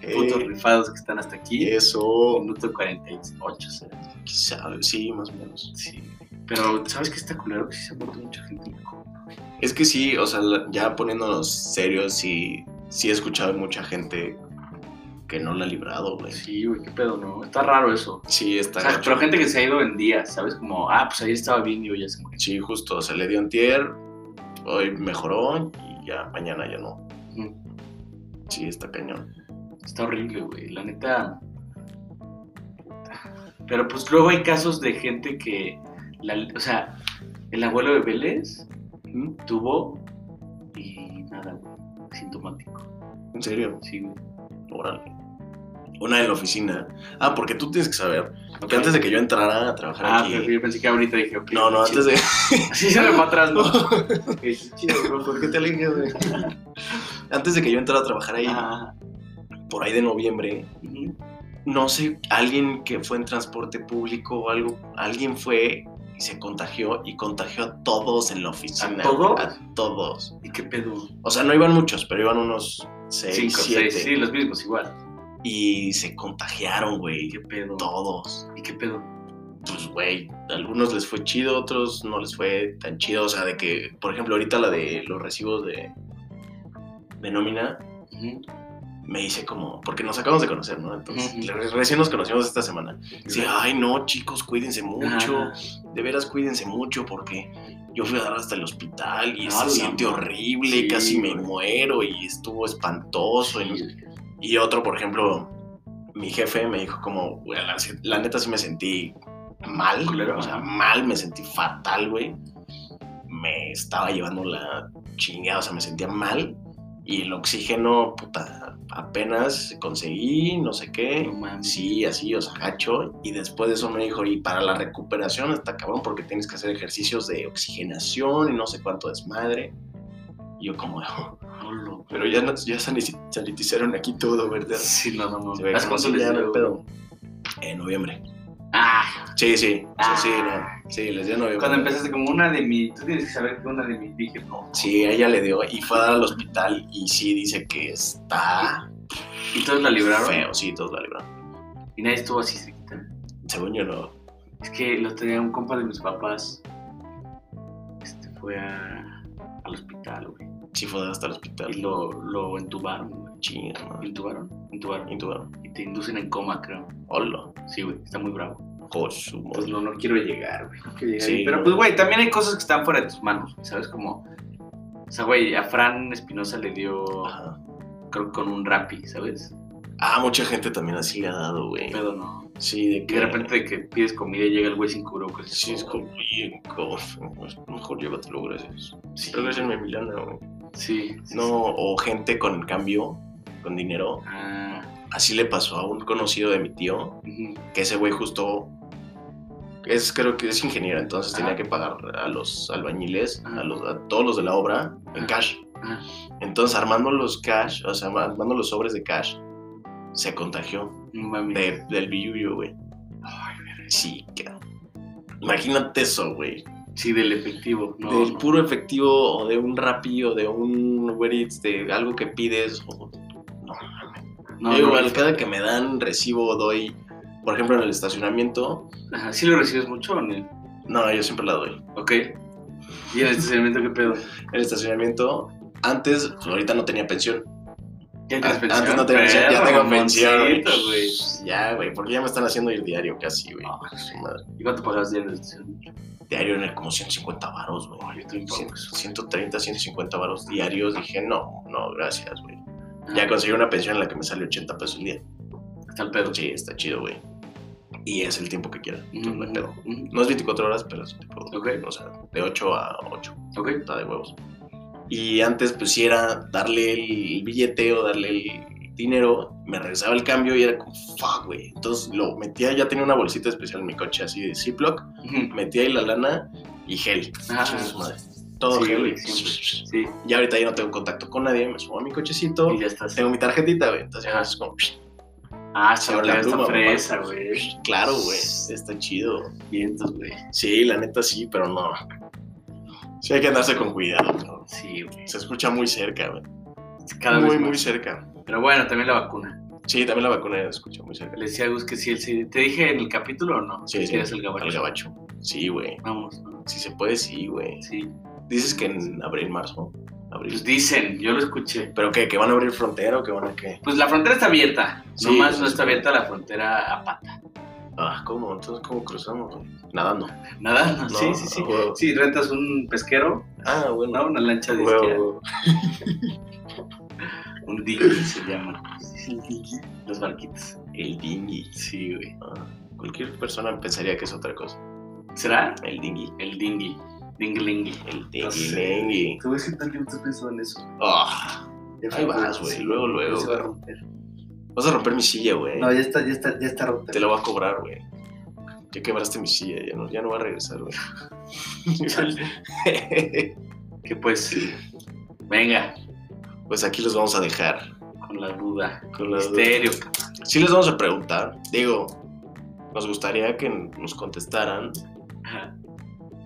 putos
Eh,
rifados que están hasta
y
aquí.
eso...
Minuto 48, será.
quizá, Sí, más o menos.
Sí. Pero, ¿sabes qué está culero? Que sí se ha muerto mucha gente.
Es que sí, o sea, la- ya poniéndonos serios, sí, sí he escuchado de mucha gente que no la ha librado, güey.
Sí, güey, qué pedo, ¿no? Está raro eso.
Sí, está.
O sea,
gacho.
pero gente que se ha ido en días, ¿sabes? Como, ah, pues ayer estaba bien y hoy ya se murió.
Sí, justo, se le dio antier, hoy mejoró y ya mañana ya no.
Mm,
Sí, está cañón.
Está horrible, güey. La neta. Pero pues luego hay casos de gente que. la- o sea, el abuelo de Vélez
¿En
tuvo y nada, güey. Sintomático.
serio?
Sí, güey.
Órale. Una en la oficina. Ah, porque tú tienes que saber. Que antes de que yo entrara a trabajar
Ah,
aquí.
pero yo pensé que ahorita dije, ok.
No, no, antes de.
Así se me fue atrás, ¿no? Ok, chido, bro,
¿Por qué te alejas, güey? Antes de que yo entrara a trabajar ahí,
Ah,
por ahí de noviembre,
ujú.
no sé, alguien que fue en transporte público o algo, alguien fue y se contagió y contagió a todos en la oficina.
¿A todos?
A todos.
¿Y qué pedo?
O sea, no iban muchos, pero iban unos seis,
Cinco,
siete.
seis, sí, los mismos igual.
Y se contagiaron,
¿Y
güey.
qué pedo?
Todos.
¿Y qué pedo?
Pues, güey, a algunos les fue chido, otros no les fue tan chido. O sea, de que, por ejemplo, ahorita la de los recibos de, de nómina,
Ujú.
me dice como, porque nos acabamos de conocer, ¿no? Entonces,
Ujú.
re- recién nos conocimos esta semana. Sí, ay, no, chicos, cuídense mucho.
Ajá.
de veras cuídense mucho porque yo fui a dar hasta el hospital y
Ah,
se
la
siente
madre.
horrible,
Sí,
casi me
güey.
muero y estuvo espantoso. y no sé-
Sí.
Y otro, por ejemplo, mi jefe me dijo como, "Güey, la, la neta sí me sentí mal,
Culero,
o sea,
ajá.
mal, me sentí fatal, güey. Me estaba llevando la chingada, o sea, me sentía mal. Y el oxígeno, puta, apenas conseguí, no sé qué.
No mames.
Sí, así, o sea, gacho. Y después de eso me dijo, y para la recuperación está cabrón porque tienes que hacer ejercicios de oxigenación y no sé cuánto desmadre. Y yo como,
Hola.
pero ya, no- ya sanici- sanitizaron aquí todo, ¿verdad?
Sí, no, no, no.
Se ve
¿Hace
como
cuánto
que
les
ya no hay
dio?
pedo. En noviembre.
Ah,
Sí, sí. O sea, sí,
Ah.
no. Sí, les dio en noviembre.
cuando empezaste como una de mi, tú tienes que saber que una de mis dije, no.
Sí, ella le dio y fue a dar al hospital y sí dice que está
Y todos la libraron.
feo, sí, todos la libraron.
Y nadie estuvo así cerquita.
Según yo no.
Es que lo tenía un compa de mis papás. Este fue a- al hospital, güey.
Sí fue hasta el
Y
hospital.
lo, lo entubaron, güey.
Chinga, madre.
¿Intubaron? Intubaron.
Intubaron.
Y te inducen en coma, creo.
Hola.
Sí, güey, está muy bravo.
Por su
Entonces,
madre.
pues no, no quiero llegar, güey. No quiero llegar.
Sí.
ahí. Pero, pues, güey, también hay cosas que están fuera de tus manos, güey, ¿sabes? Como, o sea, güey, a Fran Espinosa le dio,
Ajá.
creo que con un rapi, ¿sabes?
Ah, mucha gente también así le ha dado, güey.
Pero no.
Sí, de
Y
que
de repente de que pides comida y llega el güey sin cubrebocas.
Sí, es como, oye, como- mejor llévatelo, gracias.
Sí,
Regrésenme a Milana, güey.
sí, sí,
No, o gente con cambio, con dinero.
sí. Ah,
Así le pasó a un conocido de mi tío,
ujú.
que ese güey justo es creo que es ingeniero, entonces
Ajá.
tenía que pagar a los albañiles,
Ajá.
a, los, a todos los de la obra en
Ajá.
cash.
Ajá.
Entonces armando los cash, o sea, armando los sobres de cash, se contagió
No mames.
de- del billuyo, güey.
Ay, güey.
Sí, cabrón. Imagínate eso, güey.
Sí, del efectivo. No,
del
no.
puro efectivo o de un rapi o de un Uber Eats, de algo que pides. o- No,
No,
Yo
no.
igual, cada que me dan recibo doy, por ejemplo, en el estacionamiento,
Ajá, ¿Sí lo recibes mucho o no?
no, yo siempre la doy.
Ok. ¿Y en el estacionamiento qué pedo?
el estacionamiento. Antes, pues, ahorita no tenía pensión.
¿Ya
An-
tienes pensión?
Ah, Antes no tenía pensión, ya
Perro,
tengo pensión. güey.
mamoncito, güey.
Ya, güey, porque ya me están haciendo ir diario casi, güey.
Ah,
Su madre.
¿Y cuánto pagabas de estación?
Diario eran como 150 varos, güey.
yo también pago
Cien-
eso.
130, 150 varos diarios. Dije, no, no, gracias, güey.
Ah.
Ya conseguí una pensión en la que me sale 80 pesos al día.
Está el
Pero
pedo.
sí, está chido, güey. Y es el tiempo que quiera. Entonces, no hay pedo.
Ujú.
No es 24 horas, pero es tipo,
Ok.
o sea, de 8 a 8.
Ok.
está de huevos. Y antes pues sí era darle el billete o darle el dinero, me regresaba el cambio y era como, fuck, güey. Entonces lo metía, ya tenía una bolsita especial en mi coche así de Ziploc,
Ujú.
metía ahí la lana y gel.
Mm. Ah.
Pues, Chingue su madre. Todo
Sí,
gel.
güey,
güey.
siempre. Sí,
Y ahorita ya no tengo contacto con nadie, me subo a mi cochecito,
y ya estás.
tengo mi tarjetita, güey. Entonces ya
Ajá.
es como,
Ah,
se
está
abre Eh, la
está
pluma, papá.
fresa, güey.
claro, güey, está chido.
Vientos, güey.
Sí, la neta sí, pero no. Sí hay que andarse con cuidado, cabrón.
Sí, güey.
Se escucha muy cerca, güey.
Cada
muy,
vez
muy
más.
cerca.
Pero bueno, también la vacuna.
Sí, también la vacuna la escucha muy cerca.
Le decía a Gus que sí, él sí. ¿Te dije en el capítulo o no?
Sí,
Que
sí.
eres el
Al
gabacho.
gabacho. Sí, güey.
Vamos, ¿no?
Si se puede, sí, güey.
Sí.
Dices que en abril, marzo.
Pues
Abril.
dicen, yo lo escuché.
¿Pero qué? ¿Que van a abrir frontera o que van a qué?
Pues la frontera está abierta.
Sí,
Nomás
pues,
no está
sí.
abierta la frontera a pata.
Ah, ¿cómo? Entonces, ¿cómo cruzamos? güey? Nadando.
Nada, no,
No,
sí, sí, sí.
a huevo.
Sí, rentas un pesquero,
Ah, bueno.
¿no? Una lancha de
Huevo,
esquiar.
huevo.
Un dinghy se llama. Los barquitos.
El dinghy.
Sí, güey.
Ah, cualquier persona pensaría que es otra cosa.
¿Será?
El dinghy.
El dinghy. Dinglingui.
El
No
dinghy.
sé.
dinghy.
Te voy a decir tal que muchas pensado en eso.
Ah, ahí vas, güey. Luego, luego.
Se va a romper.
Vas a romper mi silla, güey.
No, ya está, ya está, ya está roto.
Te la voy a cobrar, güey. Ya quebraste mi silla, ya no, ya no va a regresar, güey.
Que pues, venga,
pues aquí los vamos a dejar.
con la duda.
Con la duda.
Misterio.
Sí les vamos a preguntar. Digo, nos gustaría que nos contestaran
Ajá.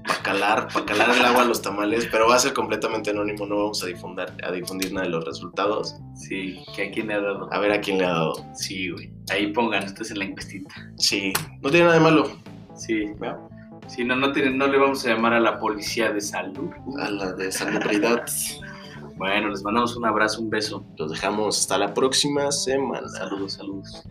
para calar, pa' calar el agua a los tamales, pero va a ser completamente anónimo, no vamos a difundir, a difundir nada de los resultados.
Sí, que a quién le ha dado.
A ver a quién le ha dado.
Sí, güey. Ahí pongan, esto es en la encuestita.
Sí, no tiene nada de malo.
Sí.
Ya.
Sí, no, no, tiene- no le vamos a llamar a la policía de salud.
A la de salubridad.
Bueno, les mandamos un abrazo, un beso.
Los dejamos hasta la próxima semana.
Saludos, saludos.